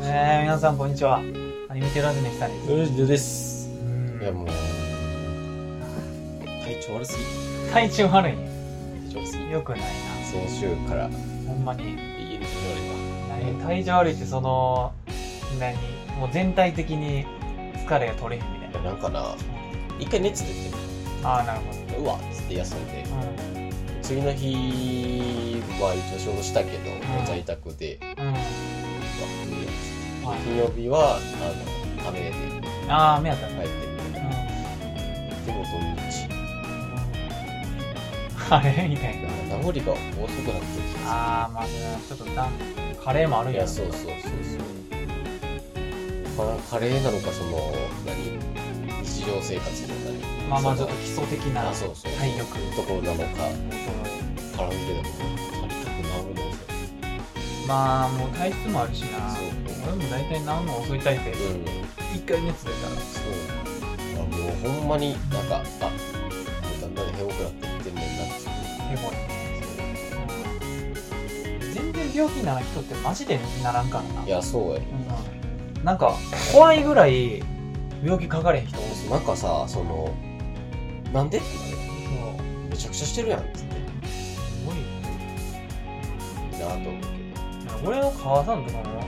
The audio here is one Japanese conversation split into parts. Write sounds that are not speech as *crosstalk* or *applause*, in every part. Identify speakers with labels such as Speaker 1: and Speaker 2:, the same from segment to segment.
Speaker 1: 皆さんこんにちは。アニメテラジの久です。
Speaker 2: よしです。
Speaker 1: うん
Speaker 2: いやもう、体調悪すぎ。
Speaker 1: 体調悪いね。
Speaker 2: 体調悪すぎ。
Speaker 1: 良くない
Speaker 2: 先週から
Speaker 1: な。ほんまに。
Speaker 2: 家に気持ち
Speaker 1: 何体調悪いってその、何もう全体的に疲れが取れへんみたい
Speaker 2: 悪いわ。いやなんかな、
Speaker 1: な。
Speaker 2: 一回熱出て
Speaker 1: ああ、なるほ
Speaker 2: る、うわっつって休んで、
Speaker 1: ど。
Speaker 2: 次の日は一応仕事したけど、もう在宅で、
Speaker 1: うん。うん。
Speaker 2: うわ無理やっつって
Speaker 1: はい
Speaker 2: 金曜日は、あの、雨で
Speaker 1: ああ、目当たね。
Speaker 2: 帰ってみた
Speaker 1: う
Speaker 2: いな。でも土日、
Speaker 1: ん。あれみたいな。
Speaker 2: なんか名残が遅くなってきた。
Speaker 1: ああ、まあ、ちょっとダンカレーもある
Speaker 2: い
Speaker 1: や
Speaker 2: や
Speaker 1: ん。
Speaker 2: そうそうそうそう、まあ、カレーなのかその何日常生活の何
Speaker 1: まあまあ、ち
Speaker 2: そ
Speaker 1: ょっ
Speaker 2: の
Speaker 1: と基礎的な
Speaker 2: あそうそう
Speaker 1: 体力。
Speaker 2: ところなのか絡んでたのか足りたくなるのか
Speaker 1: まあ、もう体質もあるしな。
Speaker 2: そう
Speaker 1: 俺も大体治るの遅いタイプやけど
Speaker 2: うん
Speaker 1: 一回熱出たら。
Speaker 2: そうあもうほんまになんかあもうだんだんヘボくなってきてんねんなって
Speaker 1: でも全然病気にならん人ってマジでならんからな。
Speaker 2: いやそうやね
Speaker 1: うんなんか、怖いぐらい病気かかれへん人多い。
Speaker 2: なんかさそのなんでってなる
Speaker 1: そう。
Speaker 2: やんめちゃくちゃしてるやんっつって
Speaker 1: すごいよ
Speaker 2: いいなと思うけ
Speaker 1: ね。俺の母さんとかも、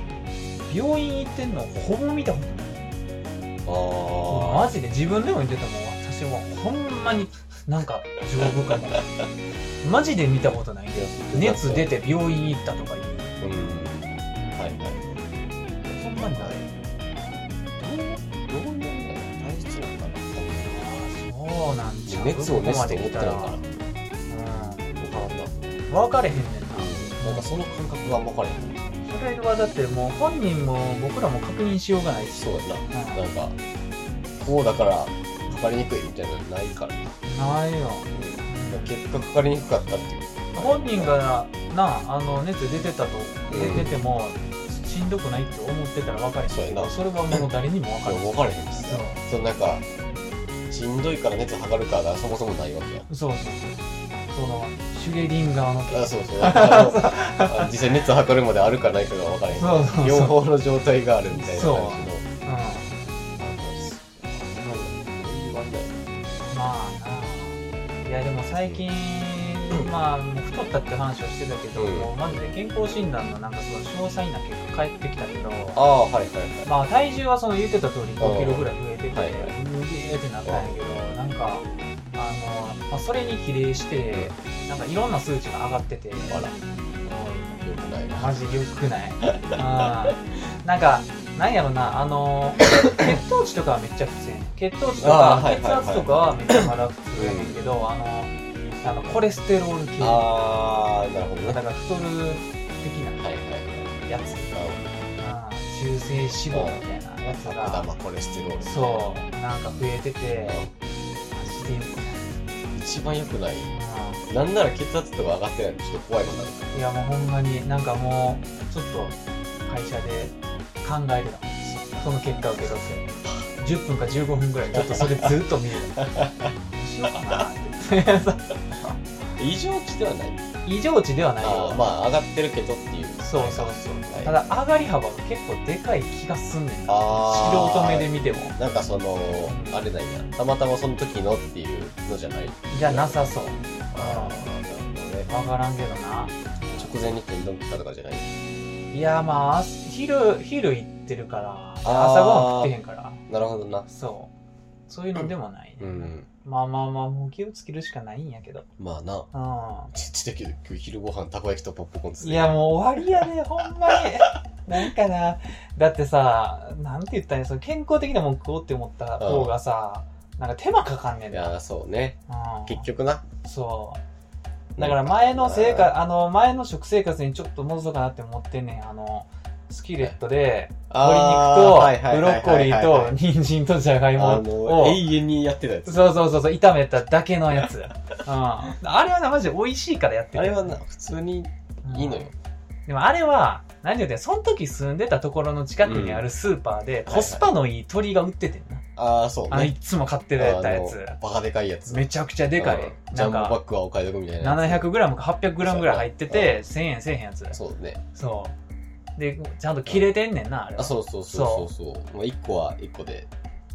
Speaker 1: 病院行ってんのほぼ見たことない。
Speaker 2: どああ
Speaker 1: マジで自分でも言ってたもん。私もほんまになんか丈夫かな。マジで見たことないけど。熱出て病院行ったとか言う。
Speaker 2: うんはいはい
Speaker 1: ほんまにない。
Speaker 2: どうどういう体質なんだろ
Speaker 1: そうなんちゃ
Speaker 2: う
Speaker 1: う
Speaker 2: 熱を熱と思ってないから
Speaker 1: ここま
Speaker 2: 分
Speaker 1: で来たら
Speaker 2: からんな、
Speaker 1: うん分かれへんねんな
Speaker 2: なんかその感覚があんま分かれへん
Speaker 1: それはだってもう本人も僕らも確認しようがないし
Speaker 2: そうやななんかこうだからかかりにくいみたいなのないからな、
Speaker 1: ないよ
Speaker 2: うん、結果かかりにくかったっていう
Speaker 1: 本人がなあの熱出てたと、
Speaker 2: うん
Speaker 1: 出てもしんどくないって思ってたら分かれへん
Speaker 2: そうやな
Speaker 1: それはもう誰にも分か
Speaker 2: い
Speaker 1: る
Speaker 2: や分かれへんです
Speaker 1: そう
Speaker 2: そのなんかしんどいから熱測るかがそもそもないわ *laughs* けや
Speaker 1: そうそうそうそのシュゲディンガーの
Speaker 2: あそうそうあの実際熱測るまであるかないかが分からへん
Speaker 1: そうそうそう
Speaker 2: 両方の状態があるみたいな感じの
Speaker 1: うん
Speaker 2: なんかそういう割合
Speaker 1: まあなあいやでも最近、まあもう太ったって話をしてたけど、
Speaker 2: うん
Speaker 1: もうマジで健康診断のなんかその詳細な結果返ってきたけど
Speaker 2: ああはいはいはい
Speaker 1: まあ体重はその言ってた通り5キロぐらい増えてて、
Speaker 2: はいはいう
Speaker 1: げーってなったんやけどなんかあの、まあ、それに比例してなんかいろんな数値が上がってて
Speaker 2: あら、よくないな。
Speaker 1: マジ良く
Speaker 2: *laughs*
Speaker 1: ないうんなんかなんやろなあ
Speaker 2: *coughs*
Speaker 1: の血糖値とかはめっちゃ普通やねん血糖値と
Speaker 2: あ
Speaker 1: か
Speaker 2: ーはい
Speaker 1: 血
Speaker 2: はいはい
Speaker 1: 圧とかはめっちゃまだ普通やねんけど、あのあのコレステロール系だ
Speaker 2: あー、なるほどね。は
Speaker 1: か
Speaker 2: い
Speaker 1: ら太る的
Speaker 2: はいは
Speaker 1: な
Speaker 2: い。
Speaker 1: やつあー中性脂肪みたいなやつ
Speaker 2: あ
Speaker 1: が
Speaker 2: 頭コレステロール。
Speaker 1: そうなんか増えててマジで
Speaker 2: 一番良くない。
Speaker 1: うん
Speaker 2: なんなら血圧とか上がってないのちょっと怖いことあるか
Speaker 1: いやもうほんまになんかもうちょっと会社で考えてたその結果を受け取って10分か15分ぐらいちょっとそれずっと見るどうしようかなって
Speaker 2: ら。異常値ではない。
Speaker 1: 異常値ではない
Speaker 2: あ
Speaker 1: よ
Speaker 2: ーまあ、上がってるけどっていう。
Speaker 1: そうそうそう
Speaker 2: はい
Speaker 1: ただ上がり幅が結構でかい気がすんねん素
Speaker 2: あー
Speaker 1: 人目で見ても
Speaker 2: なんかその、あれなんや。たまたまその時のっていうのじゃない。
Speaker 1: じゃなさそう
Speaker 2: あー、なるほどね。
Speaker 1: 分からんけどな
Speaker 2: 直前に天丼食ったとかじゃない。
Speaker 1: いやまあ昼昼行ってるから朝
Speaker 2: ー
Speaker 1: ごはん食ってへんから
Speaker 2: なるほどな。
Speaker 1: そうそういうのでもないね、
Speaker 2: うん。
Speaker 1: まあまあまあもう気をつけるしかないんやけど
Speaker 2: まあな。
Speaker 1: う
Speaker 2: ちっちゃいけど、今日昼ご飯たこ焼きとポップコーンです
Speaker 1: ん、
Speaker 2: ね
Speaker 1: いやもう終わりやね
Speaker 2: *laughs*
Speaker 1: ほんまになんかなだってさなんて言ったらいいのその健康的なもん食おうって思った方がさ、なんか手間かかんねん
Speaker 2: い
Speaker 1: な、
Speaker 2: やーそうね。
Speaker 1: うん
Speaker 2: 結局な。
Speaker 1: そうだから前の生活あの前の食生活にちょっと戻そうかなって思ってんねんあのスキレットで鶏肉とブロッコリーと人参とじゃがいも
Speaker 2: あ
Speaker 1: を
Speaker 2: の、永遠にやってたやつ。
Speaker 1: そうそうそうそう炒めただけの
Speaker 2: *laughs*
Speaker 1: やつ、うん、あれはなマジで美味しいからやってる
Speaker 2: あれはな、普通にいいのよ。
Speaker 1: でもあれは、何で言うてんその時住んでたところの近くにあるスーパーで、
Speaker 2: うん
Speaker 1: コスパのいい鳥が売っててんな。
Speaker 2: ああ、そう
Speaker 1: あの、い
Speaker 2: ね。
Speaker 1: つも買って
Speaker 2: あ
Speaker 1: たや
Speaker 2: の
Speaker 1: つ。
Speaker 2: バカでかいやつ。
Speaker 1: めちゃくちゃでかい。
Speaker 2: うんジ
Speaker 1: なん
Speaker 2: ャンボバ
Speaker 1: か、
Speaker 2: ッグはお買い得みたいなやつ。
Speaker 1: 700g か 800g ぐらい入ってて、1000円、1000円やつ。
Speaker 2: そうね。
Speaker 1: そでちゃんと切れてんねんなあれは
Speaker 2: あそうそうそうそうそうまあ、1個は1個で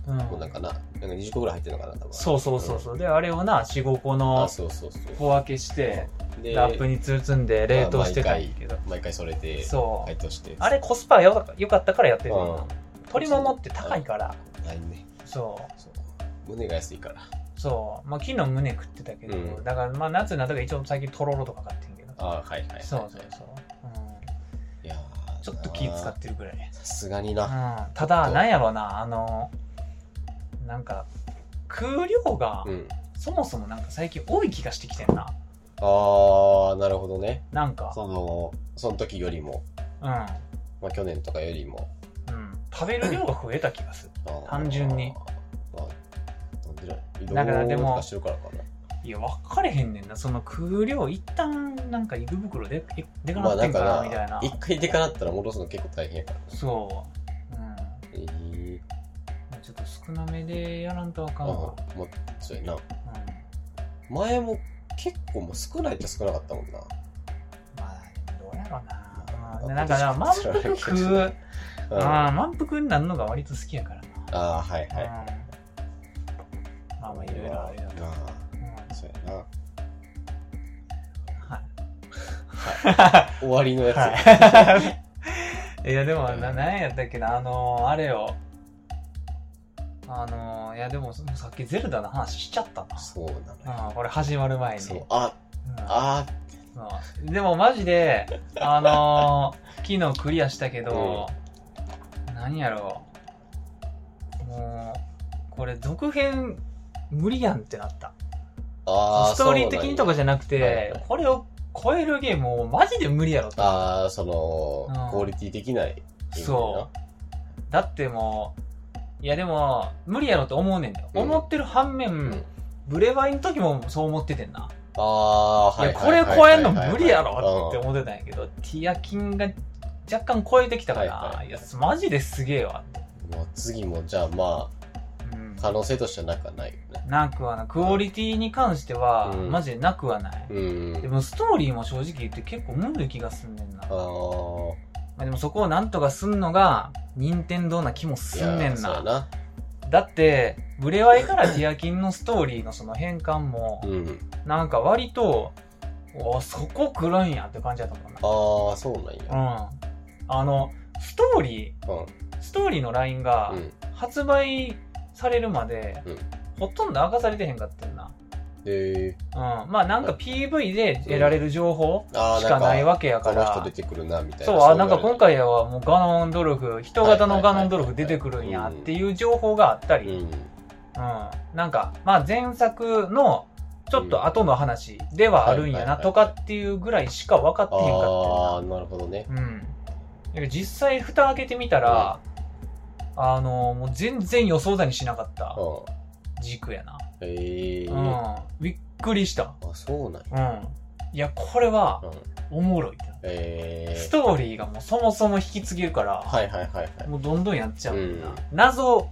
Speaker 1: うん
Speaker 2: こうなんかななんか20個ぐらい入ってるのかな多分
Speaker 1: そうそうそうそうであれをな45個
Speaker 2: あ
Speaker 1: の
Speaker 2: そうそうそう
Speaker 1: 小分けして
Speaker 2: で
Speaker 1: ラップに包んで冷凍してたんやけど
Speaker 2: 毎回それで
Speaker 1: そう
Speaker 2: 解凍して
Speaker 1: あれコスパがよか良かったからやってる
Speaker 2: うん
Speaker 1: よな鶏ももって高いから
Speaker 2: ないね
Speaker 1: そう
Speaker 2: そう胸が安いから
Speaker 1: そう、まあ、昨日胸食ってたけど、
Speaker 2: うん
Speaker 1: だからまあ夏になったから一応最近とろろとか買ってんけど、
Speaker 2: あはいはいはい、はい、
Speaker 1: そうそうそう、
Speaker 2: いや
Speaker 1: う
Speaker 2: ー
Speaker 1: ん、ちょっと気使ってるぐらい、う
Speaker 2: さすがにな、
Speaker 1: ん、た
Speaker 2: ちょっ
Speaker 1: だ
Speaker 2: と
Speaker 1: なんやろうなあのなんか空量が
Speaker 2: うん、
Speaker 1: そもそもなんか最近多い気がしてきてんな
Speaker 2: ああなるほどね
Speaker 1: なんか
Speaker 2: そのその時よりも、
Speaker 1: う
Speaker 2: まあ、去年とかよりも
Speaker 1: ん、うん、食べる量が増えた気がする
Speaker 2: あー
Speaker 1: 単純に
Speaker 2: あーなんでだ移動
Speaker 1: だからでも
Speaker 2: とかしてるからか
Speaker 1: いや分かれへんねんなその空量一旦なんか胃袋ででで
Speaker 2: な
Speaker 1: か
Speaker 2: ま
Speaker 1: な
Speaker 2: あ
Speaker 1: って
Speaker 2: だ
Speaker 1: んか
Speaker 2: か
Speaker 1: な
Speaker 2: ら
Speaker 1: みたいな
Speaker 2: 一回でかなったら戻すの結構大変やからな
Speaker 1: そう、うん
Speaker 2: えー、
Speaker 1: まあ、ちょっと少なめでやらんとあ
Speaker 2: あ
Speaker 1: か
Speaker 2: あ
Speaker 1: んわ、
Speaker 2: もうそうやな
Speaker 1: うん
Speaker 2: 前も結構もう少ないっちゃ少なかったもんな
Speaker 1: まあ、どうやろう
Speaker 2: ま
Speaker 1: な。
Speaker 2: あ
Speaker 1: なんかな、満
Speaker 2: 私は
Speaker 1: 腹
Speaker 2: *laughs*
Speaker 1: 食
Speaker 2: 辛
Speaker 1: う。
Speaker 2: うん
Speaker 1: あ
Speaker 2: あ
Speaker 1: あ、満腹になるのが割と好きやからな。
Speaker 2: あはいはい
Speaker 1: うんまあまあ、いろいろあれだと。
Speaker 2: なあ
Speaker 1: うん
Speaker 2: そうやな
Speaker 1: はい
Speaker 2: 終わりのやつ、
Speaker 1: はい。 *laughs* いや、でも、な、なんやったっけな、あのー、あれよ。あのー、いや、でも、そさっきゼルダの話しちゃった
Speaker 2: そうなのよ、
Speaker 1: な。うん、これ始まる前に。
Speaker 2: そうあ
Speaker 1: うん
Speaker 2: あ
Speaker 1: そうでもマジで、あのー、昨日クリアしたけど、何やろう。もう、これ続編無理やんってなった。
Speaker 2: ああ
Speaker 1: ストーリー的にとか
Speaker 2: じ
Speaker 1: じゃなく
Speaker 2: はいはい
Speaker 1: て、これを超えるゲームをマジで無理やろって。
Speaker 2: ああその、
Speaker 1: うん
Speaker 2: クオリティできない
Speaker 1: そう。だってもう、いやでも、無理やろって思うねんだよ。
Speaker 2: うん
Speaker 1: 思ってる反面、
Speaker 2: ん
Speaker 1: ブレバイの時もそう思っててんな。
Speaker 2: ああ
Speaker 1: い
Speaker 2: は
Speaker 1: や、
Speaker 2: い
Speaker 1: これ超えんの無理やろ
Speaker 2: は
Speaker 1: っ
Speaker 2: い
Speaker 1: て思ってたんやけど、ティアキンが若干超えてきたから、
Speaker 2: はい
Speaker 1: い
Speaker 2: はい
Speaker 1: や、マジですげえわ。
Speaker 2: うんもう次もじゃあま
Speaker 1: うん
Speaker 2: あ可能性としてはなくはないよね
Speaker 1: なくはな、クオリティに関しては、
Speaker 2: うん
Speaker 1: マジでなくはない。
Speaker 2: うん
Speaker 1: でも、ストーリーも正直言って結構むずい気がすんねんな。
Speaker 2: あ
Speaker 1: ま
Speaker 2: ー
Speaker 1: あ、でもそこをなんとかすんのが、任天堂な気もす
Speaker 2: いや
Speaker 1: んねん
Speaker 2: そうや
Speaker 1: な。
Speaker 2: な
Speaker 1: だって、ブレワイからティアキンのストーリーのその変換も
Speaker 2: う、ん
Speaker 1: なんか割と、おそこ来るんやって感じだったもんな。
Speaker 2: ああそうなん
Speaker 1: う
Speaker 2: や
Speaker 1: ん。あの、ストーリ
Speaker 2: うん
Speaker 1: ー、ストーリーのラインが
Speaker 2: うん
Speaker 1: 発売されるまで、
Speaker 2: うん
Speaker 1: ほとんど明かされてへんかったよな。
Speaker 2: え
Speaker 1: うん。まあなんか PV で得られる情報
Speaker 2: ー、ああ
Speaker 1: しかないわけや
Speaker 2: こ
Speaker 1: か
Speaker 2: の人
Speaker 1: ら
Speaker 2: 出。てくるなみたいな
Speaker 1: そう、あ、なんか今回はもうガノンドルフ、人型のガノンドルフ出てくるんやっていう情報があった
Speaker 2: う
Speaker 1: り、う
Speaker 2: ん
Speaker 1: ん。なんか、まあ前作のちょっと後の話ではあるんやなとかっていうぐらいしか分かってへんかったよな
Speaker 2: ああなるほどね
Speaker 1: うん。だけど実際、蓋開けてみたら、あの、もう全然予想だにしなかった
Speaker 2: うん
Speaker 1: 軸やな。
Speaker 2: ええ
Speaker 1: うん。びっくりした。
Speaker 2: あそうなんや
Speaker 1: うん。いや、これは
Speaker 2: うん
Speaker 1: おもろいな。
Speaker 2: え
Speaker 1: ス
Speaker 2: え
Speaker 1: トーリーがもうそもそも引き継げるから、
Speaker 2: はいはいはいはい
Speaker 1: もうどんどんやっちゃうねんな。
Speaker 2: うん
Speaker 1: 謎、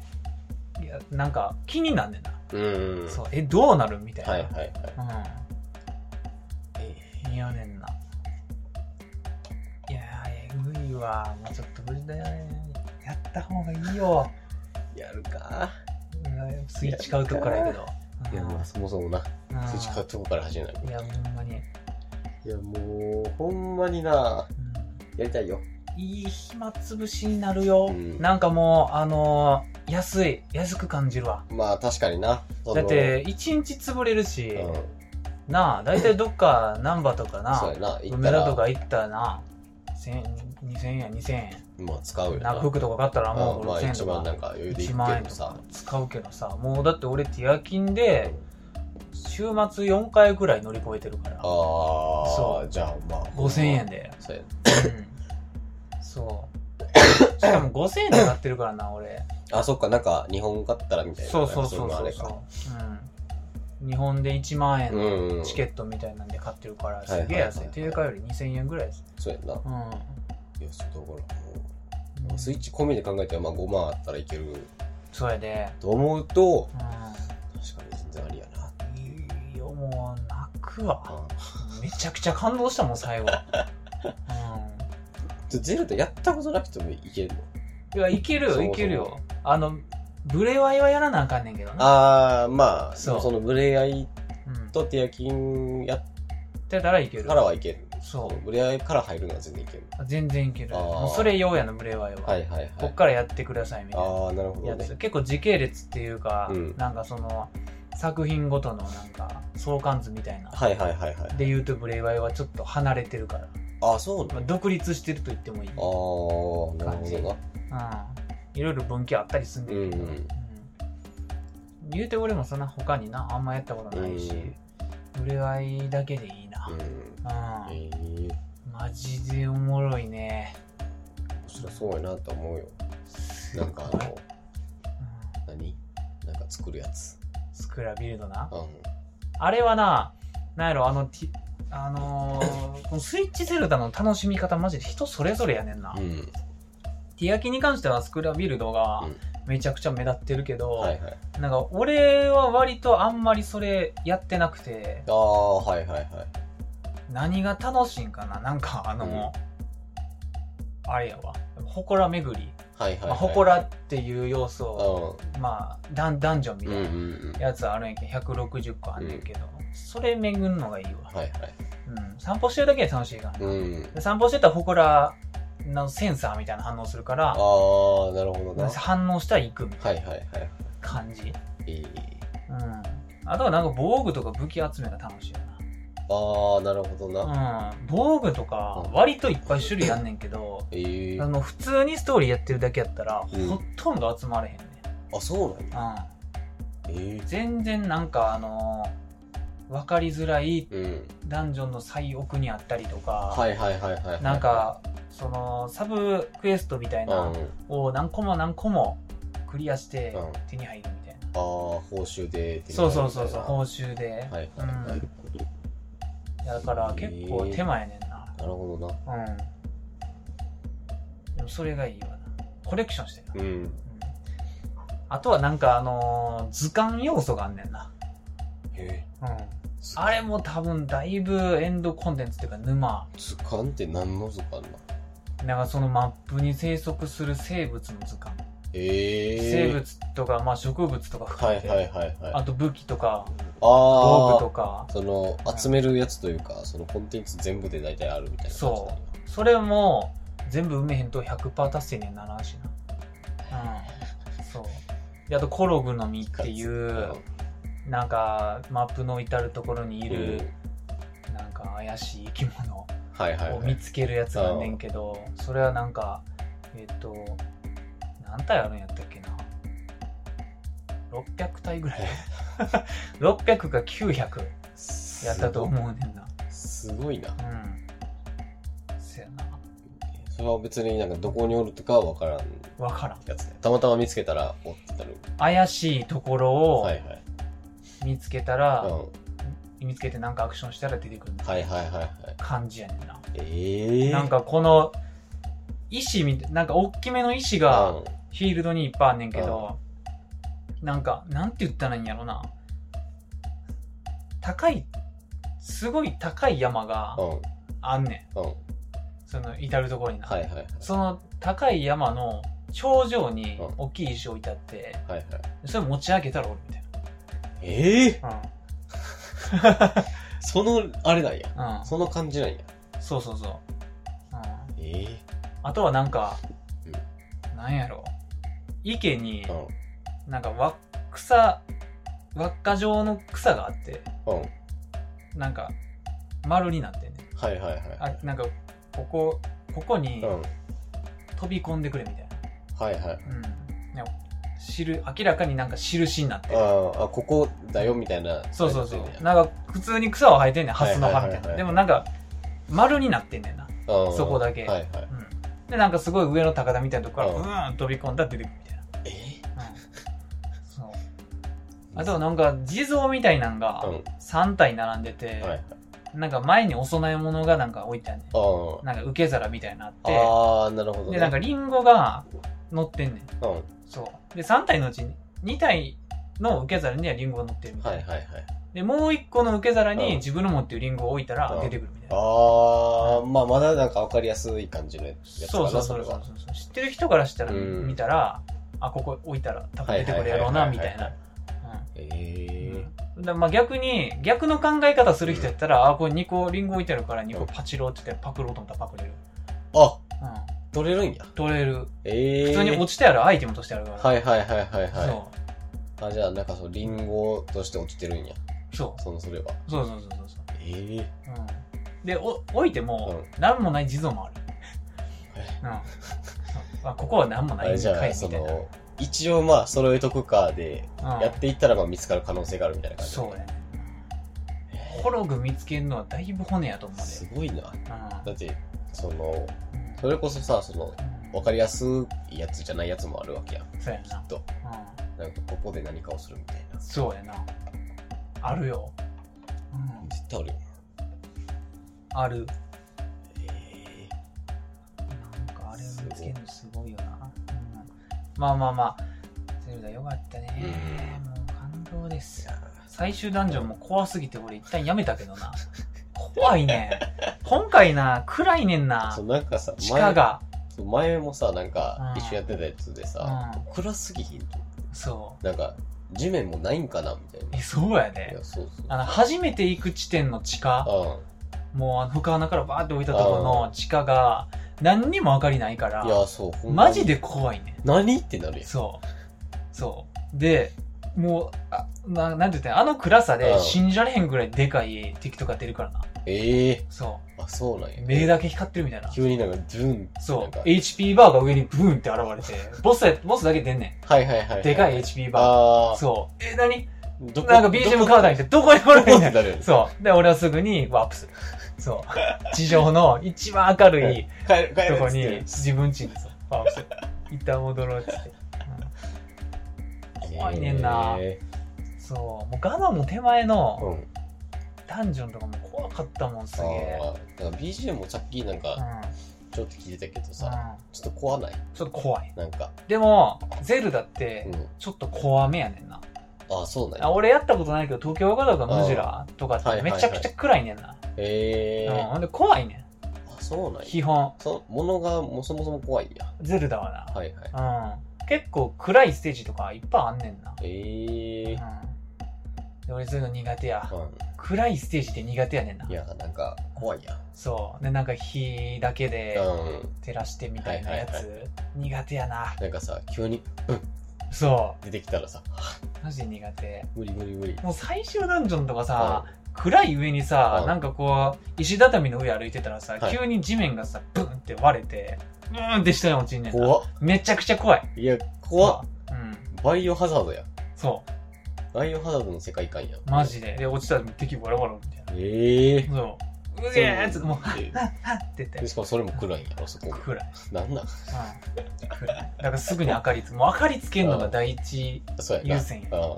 Speaker 1: いや、なんか気になんねんな。
Speaker 2: うん
Speaker 1: そう、え、どうなるみたいな。
Speaker 2: はいはいはい
Speaker 1: うん。似合うねんな。いやー、えぐいわ。もうちょっと無事だよね。やった方がいいよ。
Speaker 2: やるか
Speaker 1: うんスイッチ買うとこからやけど。
Speaker 2: いやまあそもそもな
Speaker 1: うん
Speaker 2: スイッチ買うとこから始めない
Speaker 1: いや、ほんまに。
Speaker 2: いやもうほんまにな
Speaker 1: う
Speaker 2: やりたいよ
Speaker 1: んいい暇つぶしになるよ。
Speaker 2: うん
Speaker 1: なんかもう、あのー安い。安く感じるわ。
Speaker 2: まあ確かになその
Speaker 1: だって、一日潰れる
Speaker 2: う
Speaker 1: し
Speaker 2: ん、
Speaker 1: なあ、だいたいどっか、難波とか
Speaker 2: そ
Speaker 1: な
Speaker 2: うや、な行った
Speaker 1: 梅田
Speaker 2: ら
Speaker 1: とか行ったらな、千2000円、2000円。
Speaker 2: まあ使うよ
Speaker 1: な
Speaker 2: なん
Speaker 1: か服とか買ったらも
Speaker 2: う
Speaker 1: うん
Speaker 2: まあ
Speaker 1: 5000円
Speaker 2: 一
Speaker 1: と
Speaker 2: 番な
Speaker 1: か、
Speaker 2: んか余裕で
Speaker 1: 1
Speaker 2: 行く
Speaker 1: 万
Speaker 2: け
Speaker 1: 円
Speaker 2: ど
Speaker 1: と
Speaker 2: さ
Speaker 1: か使うけどさ、もうだって俺、ティアキンで、週末4回ぐらい乗り越えてるから。
Speaker 2: あ
Speaker 1: そ
Speaker 2: あじゃあまあ
Speaker 1: 5000円で、
Speaker 2: そうや
Speaker 1: そうしかも5000円で買ってるからな俺
Speaker 2: あそっかなんか日本買ったらみたいな
Speaker 1: そうそうそう
Speaker 2: れもあ
Speaker 1: そ
Speaker 2: れ
Speaker 1: う
Speaker 2: か
Speaker 1: そう、うん、日本で1万円の
Speaker 2: うん
Speaker 1: チケットみたいなんで買ってるから
Speaker 2: い
Speaker 1: すげえ安
Speaker 2: はい
Speaker 1: い
Speaker 2: はい
Speaker 1: 定価より2000円ぐらいです
Speaker 2: そうやんなよ
Speaker 1: うん
Speaker 2: しだからもうスイッチ込みで考えたらまあ5万あったらいける
Speaker 1: それで
Speaker 2: と思うと
Speaker 1: う
Speaker 2: 確かに全然ありやなん
Speaker 1: いいよもう
Speaker 2: *laughs*
Speaker 1: 泣くわめちゃくちゃ感動したもん最後うん
Speaker 2: ゼルダやったことなくてもいけるの
Speaker 1: いや、いける
Speaker 2: そ
Speaker 1: よ、
Speaker 2: もそ
Speaker 1: いけ
Speaker 2: も
Speaker 1: るよ。あの、ブレワイはやらなあかんねんけどな。
Speaker 2: ああまあ
Speaker 1: そ
Speaker 2: そうのブレアイ
Speaker 1: うん。
Speaker 2: とテヤキンやっ
Speaker 1: ってたらいける
Speaker 2: か。らはいける
Speaker 1: そ
Speaker 2: ブレアイから入るのは全然いける
Speaker 1: う。全然いける。
Speaker 2: あー
Speaker 1: もうそれ用やの、ブレワイは。
Speaker 2: はいはいはい
Speaker 1: こっからやってください、みたいな。
Speaker 2: ああなるほど
Speaker 1: や
Speaker 2: ね
Speaker 1: つ結構時系列っていうか、
Speaker 2: うん
Speaker 1: なんかその作品ごとのなんか相関図みたいな、
Speaker 2: はいはいはいはい
Speaker 1: で言うとブレイワイはちょっと離れてるから、
Speaker 2: ああそうな
Speaker 1: ま
Speaker 2: の
Speaker 1: あ、独立してると言ってもいい、うん、
Speaker 2: ああなるほどない
Speaker 1: ろいろ分岐あったりするんだけど、
Speaker 2: うんうん
Speaker 1: うん言うて俺もそんな他になあんまやったことないし、ブレイワイだけでいいな、
Speaker 2: う
Speaker 1: うんん
Speaker 2: ええ
Speaker 1: マジでおもろいね、
Speaker 2: 面白そうやなと思うよなんかあの
Speaker 1: うん、
Speaker 2: 何なんか作るやつ
Speaker 1: スクラビルドな
Speaker 2: うん
Speaker 1: あれはな、なんやろ、あの、ティあの
Speaker 2: *laughs*
Speaker 1: ーこのスイッチゼルダの楽しみ方、マジで人それぞれやねんな。
Speaker 2: うん
Speaker 1: ティアキに関してはスクラビルドが
Speaker 2: うん
Speaker 1: めちゃくちゃ目立ってるけど、
Speaker 2: はいはい
Speaker 1: なんか俺は割とあんまりそれやってなくて、
Speaker 2: ああはいはいはい
Speaker 1: 何が楽しいんかななんかあの、あれやわ、ほこら巡り。
Speaker 2: はいはい
Speaker 1: まあ、
Speaker 2: はい
Speaker 1: ほこらっていう要素を、
Speaker 2: う
Speaker 1: まあダン、ダンジョンみ
Speaker 2: んう
Speaker 1: た
Speaker 2: ん
Speaker 1: い
Speaker 2: うん
Speaker 1: な
Speaker 2: うん
Speaker 1: やつあるんやけど、160個あんねんけど、それ巡るのがいいわ。
Speaker 2: はいはい
Speaker 1: うん、散歩してるだけで楽しいからな、
Speaker 2: うん
Speaker 1: で散歩してたらほこらのセンサーみたいな反応するから
Speaker 2: ああなるほどなはい
Speaker 1: 反応したら行くみたい
Speaker 2: はいはい
Speaker 1: な感じ、うん、
Speaker 2: ええ
Speaker 1: あとはなんか防具とか武器集めが楽しいよ
Speaker 2: ああなるほどな
Speaker 1: な、うん、防具とか割といっぱい種類あんねんけど、
Speaker 2: ええ
Speaker 1: あの普通にストーリーやってるだけやったら、
Speaker 2: うん
Speaker 1: ほとんど集まれへんね、
Speaker 2: あそうなんや
Speaker 1: う
Speaker 2: え
Speaker 1: ん、全然なんかあの分かりづらい
Speaker 2: えうん
Speaker 1: ダンジョンの最奥にあったりとか、
Speaker 2: はいはいはいはいはい
Speaker 1: なんかそのサブクエストみたい
Speaker 2: うん
Speaker 1: な、
Speaker 2: うん
Speaker 1: を何個も何個もクリアして
Speaker 2: うん
Speaker 1: 手に入るみたいな、
Speaker 2: ああ報酬で手に入るみた
Speaker 1: そ
Speaker 2: いな
Speaker 1: うそうそうそう報酬で、
Speaker 2: はいはいはい
Speaker 1: うんだから結構手間やねんな、
Speaker 2: なるほどな
Speaker 1: うんでもそれがいいわなコレクションしてるな、
Speaker 2: うん
Speaker 1: うんあとはなんかあのー図鑑要素があんねんな、
Speaker 2: へえ
Speaker 1: うん、あれも多分だいぶエンドコンテンツっていうか沼
Speaker 2: 図鑑って何の図鑑な
Speaker 1: なんかそのマップに生息する生物の図鑑、
Speaker 2: ええ
Speaker 1: 生物とか、まあ、植物とか含
Speaker 2: はい
Speaker 1: めて、
Speaker 2: はいはいはい
Speaker 1: あと武器とか
Speaker 2: あ
Speaker 1: 道具
Speaker 2: あ
Speaker 1: とか
Speaker 2: その集めるやつというかそのコンテンツ全部で大体あるみたいな感じなんや
Speaker 1: それも全部埋めへんと100%達成にはならんしなうんそうであとコログの実っていうなんかマップの至るところにい
Speaker 2: うん
Speaker 1: る、なんか怪しい生き物
Speaker 2: はいはい
Speaker 1: を
Speaker 2: は
Speaker 1: 見
Speaker 2: い
Speaker 1: つけるやつがあんねんけど、それはなんかえっ、と何体あるんやったっけな600体ぐらい600か900やったと思うねんな
Speaker 2: すごいな
Speaker 1: うんそやな
Speaker 2: それは別になんかどこにおるとかは分からん
Speaker 1: 分からん
Speaker 2: やつねたまたま見つけたらおってたる
Speaker 1: 怪しいところを
Speaker 2: はいはい
Speaker 1: 見つけた
Speaker 2: うん
Speaker 1: ら、見つけてなんかアクションしたら出てくる
Speaker 2: はいはいはいはい
Speaker 1: 感じやねんな。
Speaker 2: ええ
Speaker 1: なんかこの石みたいなんか大きめの石
Speaker 2: う
Speaker 1: が
Speaker 2: ん
Speaker 1: フィールドにいっぱいあんねんけど、なんかなんて言ったらいいんやろな高いすごい高い山が
Speaker 2: うん
Speaker 1: あんね
Speaker 2: うん
Speaker 1: んその至る所にな、
Speaker 2: はいはいはい
Speaker 1: その高い山の頂上に
Speaker 2: うん
Speaker 1: 大きい石置いてあって
Speaker 2: はいはい
Speaker 1: それ持ち上げたらおるみたい
Speaker 2: ええ
Speaker 1: な、
Speaker 2: そのあれなんや
Speaker 1: うんうん、
Speaker 2: その感じなんや
Speaker 1: そうそうそう、うん、
Speaker 2: え
Speaker 1: あとはなんか
Speaker 2: うん、
Speaker 1: なんやろ池に
Speaker 2: えうん
Speaker 1: なんかわ草輪っか状の草があって
Speaker 2: うん
Speaker 1: なんか丸になってんね
Speaker 2: はいはいはいは
Speaker 1: あ
Speaker 2: い
Speaker 1: なんかここここに
Speaker 2: うん
Speaker 1: 飛び込んでくれみたい
Speaker 2: はいはい
Speaker 1: な、うん、なんかしる明らかになんか印になってる
Speaker 2: ああここだよみたいな
Speaker 1: そうそうそう
Speaker 2: な
Speaker 1: なんか普通に草は生えてんねんハスの葉
Speaker 2: はい
Speaker 1: み
Speaker 2: はい
Speaker 1: たな
Speaker 2: はいいはい
Speaker 1: でもなんか丸になってんねんな、そこだけ
Speaker 2: はいはい
Speaker 1: うん、でなんかすごい上の高田みたいなとこから
Speaker 2: う
Speaker 1: うんーん飛び込んだら出てくるみたいな、
Speaker 2: え
Speaker 1: うん、そう
Speaker 2: *laughs*
Speaker 1: あとはなんか地蔵みたいなんが
Speaker 2: うん
Speaker 1: 3体並んでて、
Speaker 2: はいはい
Speaker 1: なんか前にお供え物がなんか置いてあんねん
Speaker 2: うん
Speaker 1: なんか受け皿みたいなのあっ
Speaker 2: ああなるほど
Speaker 1: て
Speaker 2: ね
Speaker 1: でなんかリンゴが乗ってんねん
Speaker 2: うん
Speaker 1: そうで3体のうち2体の受け皿にはリンゴが乗ってるみた
Speaker 2: はいい
Speaker 1: な、
Speaker 2: はいはい
Speaker 1: でもう一個の受け皿
Speaker 2: うん
Speaker 1: に自分の持ってるリンゴを置いた
Speaker 2: う
Speaker 1: ら
Speaker 2: ん
Speaker 1: 出てくるみたいな
Speaker 2: ああ、まあまだなんか分かりやすい感じのやつか
Speaker 1: そう
Speaker 2: な
Speaker 1: そうそう
Speaker 2: れ
Speaker 1: そう
Speaker 2: は
Speaker 1: そうそう知ってる人からしたら
Speaker 2: うん
Speaker 1: 見たらあここ置いたら多分出てくるやろう
Speaker 2: は
Speaker 1: ないみ
Speaker 2: はい
Speaker 1: たい
Speaker 2: はいはい
Speaker 1: な
Speaker 2: はええ
Speaker 1: うんだまあ逆に逆の考え方する人やったらあこれ2個リンゴ置いてあるから2個パチローって言ってパクろうと思ったらパクれる
Speaker 2: あ、
Speaker 1: うん
Speaker 2: 取れるんや。
Speaker 1: 取れる
Speaker 2: え
Speaker 1: 普
Speaker 2: え
Speaker 1: 通に落ちてあるアイテムとしてあるから
Speaker 2: はいはいはいはいは
Speaker 1: そ
Speaker 2: い。あ、じゃあなんかそう、リンゴとして落ちてるんや。
Speaker 1: うそ
Speaker 2: そのそれは。
Speaker 1: うそうそうそうそうそう
Speaker 2: ええ
Speaker 1: うんでお置いても何もない地蔵もある、うんそうあここは何もな
Speaker 2: あ
Speaker 1: い
Speaker 2: れ
Speaker 1: ん
Speaker 2: じ
Speaker 1: か
Speaker 2: ゃ
Speaker 1: い
Speaker 2: あ、そ
Speaker 1: みたい
Speaker 2: の、一応まあ、揃えとくかで、
Speaker 1: な、うん
Speaker 2: やっていったらまあ見つかる可能性があるみたいな感じ。
Speaker 1: そうやねコログ見つけるのはだいぶ骨やと思う
Speaker 2: す
Speaker 1: で、
Speaker 2: ごいな。だって、その、
Speaker 1: うん
Speaker 2: それこそさ、その、
Speaker 1: うん
Speaker 2: 分かりやすいやつじゃないやつもあるわけやん。
Speaker 1: そうや
Speaker 2: きっ
Speaker 1: な、
Speaker 2: と。なんか、ここで何かをするみたいな。
Speaker 1: うん、そうやなあるよ、うん、
Speaker 2: 絶対あるよ。
Speaker 1: ある
Speaker 2: え
Speaker 1: なんかあれ見つけるのすごいよな、うん、まあまあまあゼルダよかったね、
Speaker 2: うん
Speaker 1: もう感動です
Speaker 2: え
Speaker 1: よ最終ダンジョンも怖すぎて俺一旦やめたけどな怖いね今回な暗いねんな
Speaker 2: そう、なんかさ、
Speaker 1: 地下
Speaker 2: 前
Speaker 1: が、
Speaker 2: そう前もさ、なんか、
Speaker 1: うん
Speaker 2: 一緒やってたやつで
Speaker 1: う
Speaker 2: さ、
Speaker 1: ん、
Speaker 2: 暗すぎひんと思
Speaker 1: そう
Speaker 2: ってなんか、地面もないんかなみたいな。
Speaker 1: えそうや
Speaker 2: い
Speaker 1: で
Speaker 2: や、そうそう。
Speaker 1: あの初めて行く地点の地下もうあの深穴からバーって置いたところの地下が何にも明かりないか
Speaker 2: うん。い
Speaker 1: ら
Speaker 2: や、そう、ほんまに
Speaker 1: マジで怖いね
Speaker 2: 何ってなるやん。
Speaker 1: そうそうでもうあななんて言ったんやあの暗さで
Speaker 2: うん
Speaker 1: 信じられへんぐらいでかい敵とか出るからな
Speaker 2: ええ
Speaker 1: そ
Speaker 2: あ、そうなん
Speaker 1: う
Speaker 2: や。
Speaker 1: 目だけ光ってるみたいな
Speaker 2: 急になんか、ドゥンって
Speaker 1: そ
Speaker 2: なん
Speaker 1: う
Speaker 2: か
Speaker 1: HP バーが上にブーンって現れ
Speaker 2: *laughs*
Speaker 1: てボスやボスだけ出んね
Speaker 2: はいはいはい。
Speaker 1: んでかい HP バ
Speaker 2: あ
Speaker 1: ーそうえ何
Speaker 2: ー。どこ
Speaker 1: なんか BGM カードにしてどこにおる
Speaker 2: ど
Speaker 1: んや
Speaker 2: こってなるやん。
Speaker 1: そう。で、俺はすぐにワープする。
Speaker 2: *laughs*
Speaker 1: そう。地上の一番明るい
Speaker 2: 帰る、帰
Speaker 1: と
Speaker 2: る
Speaker 1: こ
Speaker 2: っつっ
Speaker 1: に
Speaker 2: て。
Speaker 1: 自分ちにそうワープする。一旦戻ろうっつって。怖いねんな
Speaker 2: え
Speaker 1: そう。もうガノンの手前
Speaker 2: ーう
Speaker 1: の
Speaker 2: ん。
Speaker 1: ダンジョンとかも怖かったもん、すげえ。
Speaker 2: あーなんか BGM もさっきなん
Speaker 1: うん。
Speaker 2: か、
Speaker 1: うん。
Speaker 2: ちょっと聞いてたけどさ、ちょっと怖ない
Speaker 1: ちょっと怖い。
Speaker 2: なんか、
Speaker 1: でも、ゼルダっ
Speaker 2: う
Speaker 1: て、
Speaker 2: ん。
Speaker 1: ちょっと怖めやねんな。
Speaker 2: あ、そうなん
Speaker 1: あ
Speaker 2: や。
Speaker 1: 俺やったことないけど、東京若とかムジュラとか
Speaker 2: は
Speaker 1: っ
Speaker 2: い
Speaker 1: て
Speaker 2: はい
Speaker 1: め
Speaker 2: はい
Speaker 1: ちゃくちゃ暗いねんな。
Speaker 2: ええ
Speaker 1: うん。ほんで、怖いねん。
Speaker 2: あ、そうなんや。
Speaker 1: 基本。
Speaker 2: そのものがもそもそも怖いんや。
Speaker 1: ゼルダはな。
Speaker 2: はいはい。
Speaker 1: うん。結構暗いステージとかいっぱいあんねんな。
Speaker 2: ええ
Speaker 1: うんで俺そういうの苦手や
Speaker 2: ー。
Speaker 1: 暗いステージって苦手やねんな
Speaker 2: うん。いや、なんか、怖いやん。
Speaker 1: そうでなんか火だけで
Speaker 2: うん。
Speaker 1: 照らしてみたいなやつ、
Speaker 2: はい
Speaker 1: 苦手やな
Speaker 2: なんかさ、急に
Speaker 1: そ
Speaker 2: 出てきたらさ、
Speaker 1: うマジで苦手
Speaker 2: 無理無理無理。
Speaker 1: もう最終ダンジョンとかさ、暗い上にさ、
Speaker 2: うん
Speaker 1: なんかこう石畳の上歩いてたらさ、
Speaker 2: はい
Speaker 1: 急に地面がさブンって割れてうーんって下に落ちんねんな
Speaker 2: 怖っ。
Speaker 1: めちゃくちゃ怖い
Speaker 2: いや、怖っ。
Speaker 1: うん
Speaker 2: バイオハザードや。
Speaker 1: そ
Speaker 2: バイオハザードの世界観や。
Speaker 1: うマジでで落ちたら敵バラバラみたいな
Speaker 2: ええ
Speaker 1: そううげえっつってもう
Speaker 2: ー。
Speaker 1: はっって言って
Speaker 2: でしかもそれも暗いんやろ、そこも。
Speaker 1: 暗い
Speaker 2: なんな
Speaker 1: う
Speaker 2: ん
Speaker 1: んだからすぐに明かりつもう明かりつけるのが第一、
Speaker 2: そうやな。
Speaker 1: 優先や
Speaker 2: あ
Speaker 1: うん、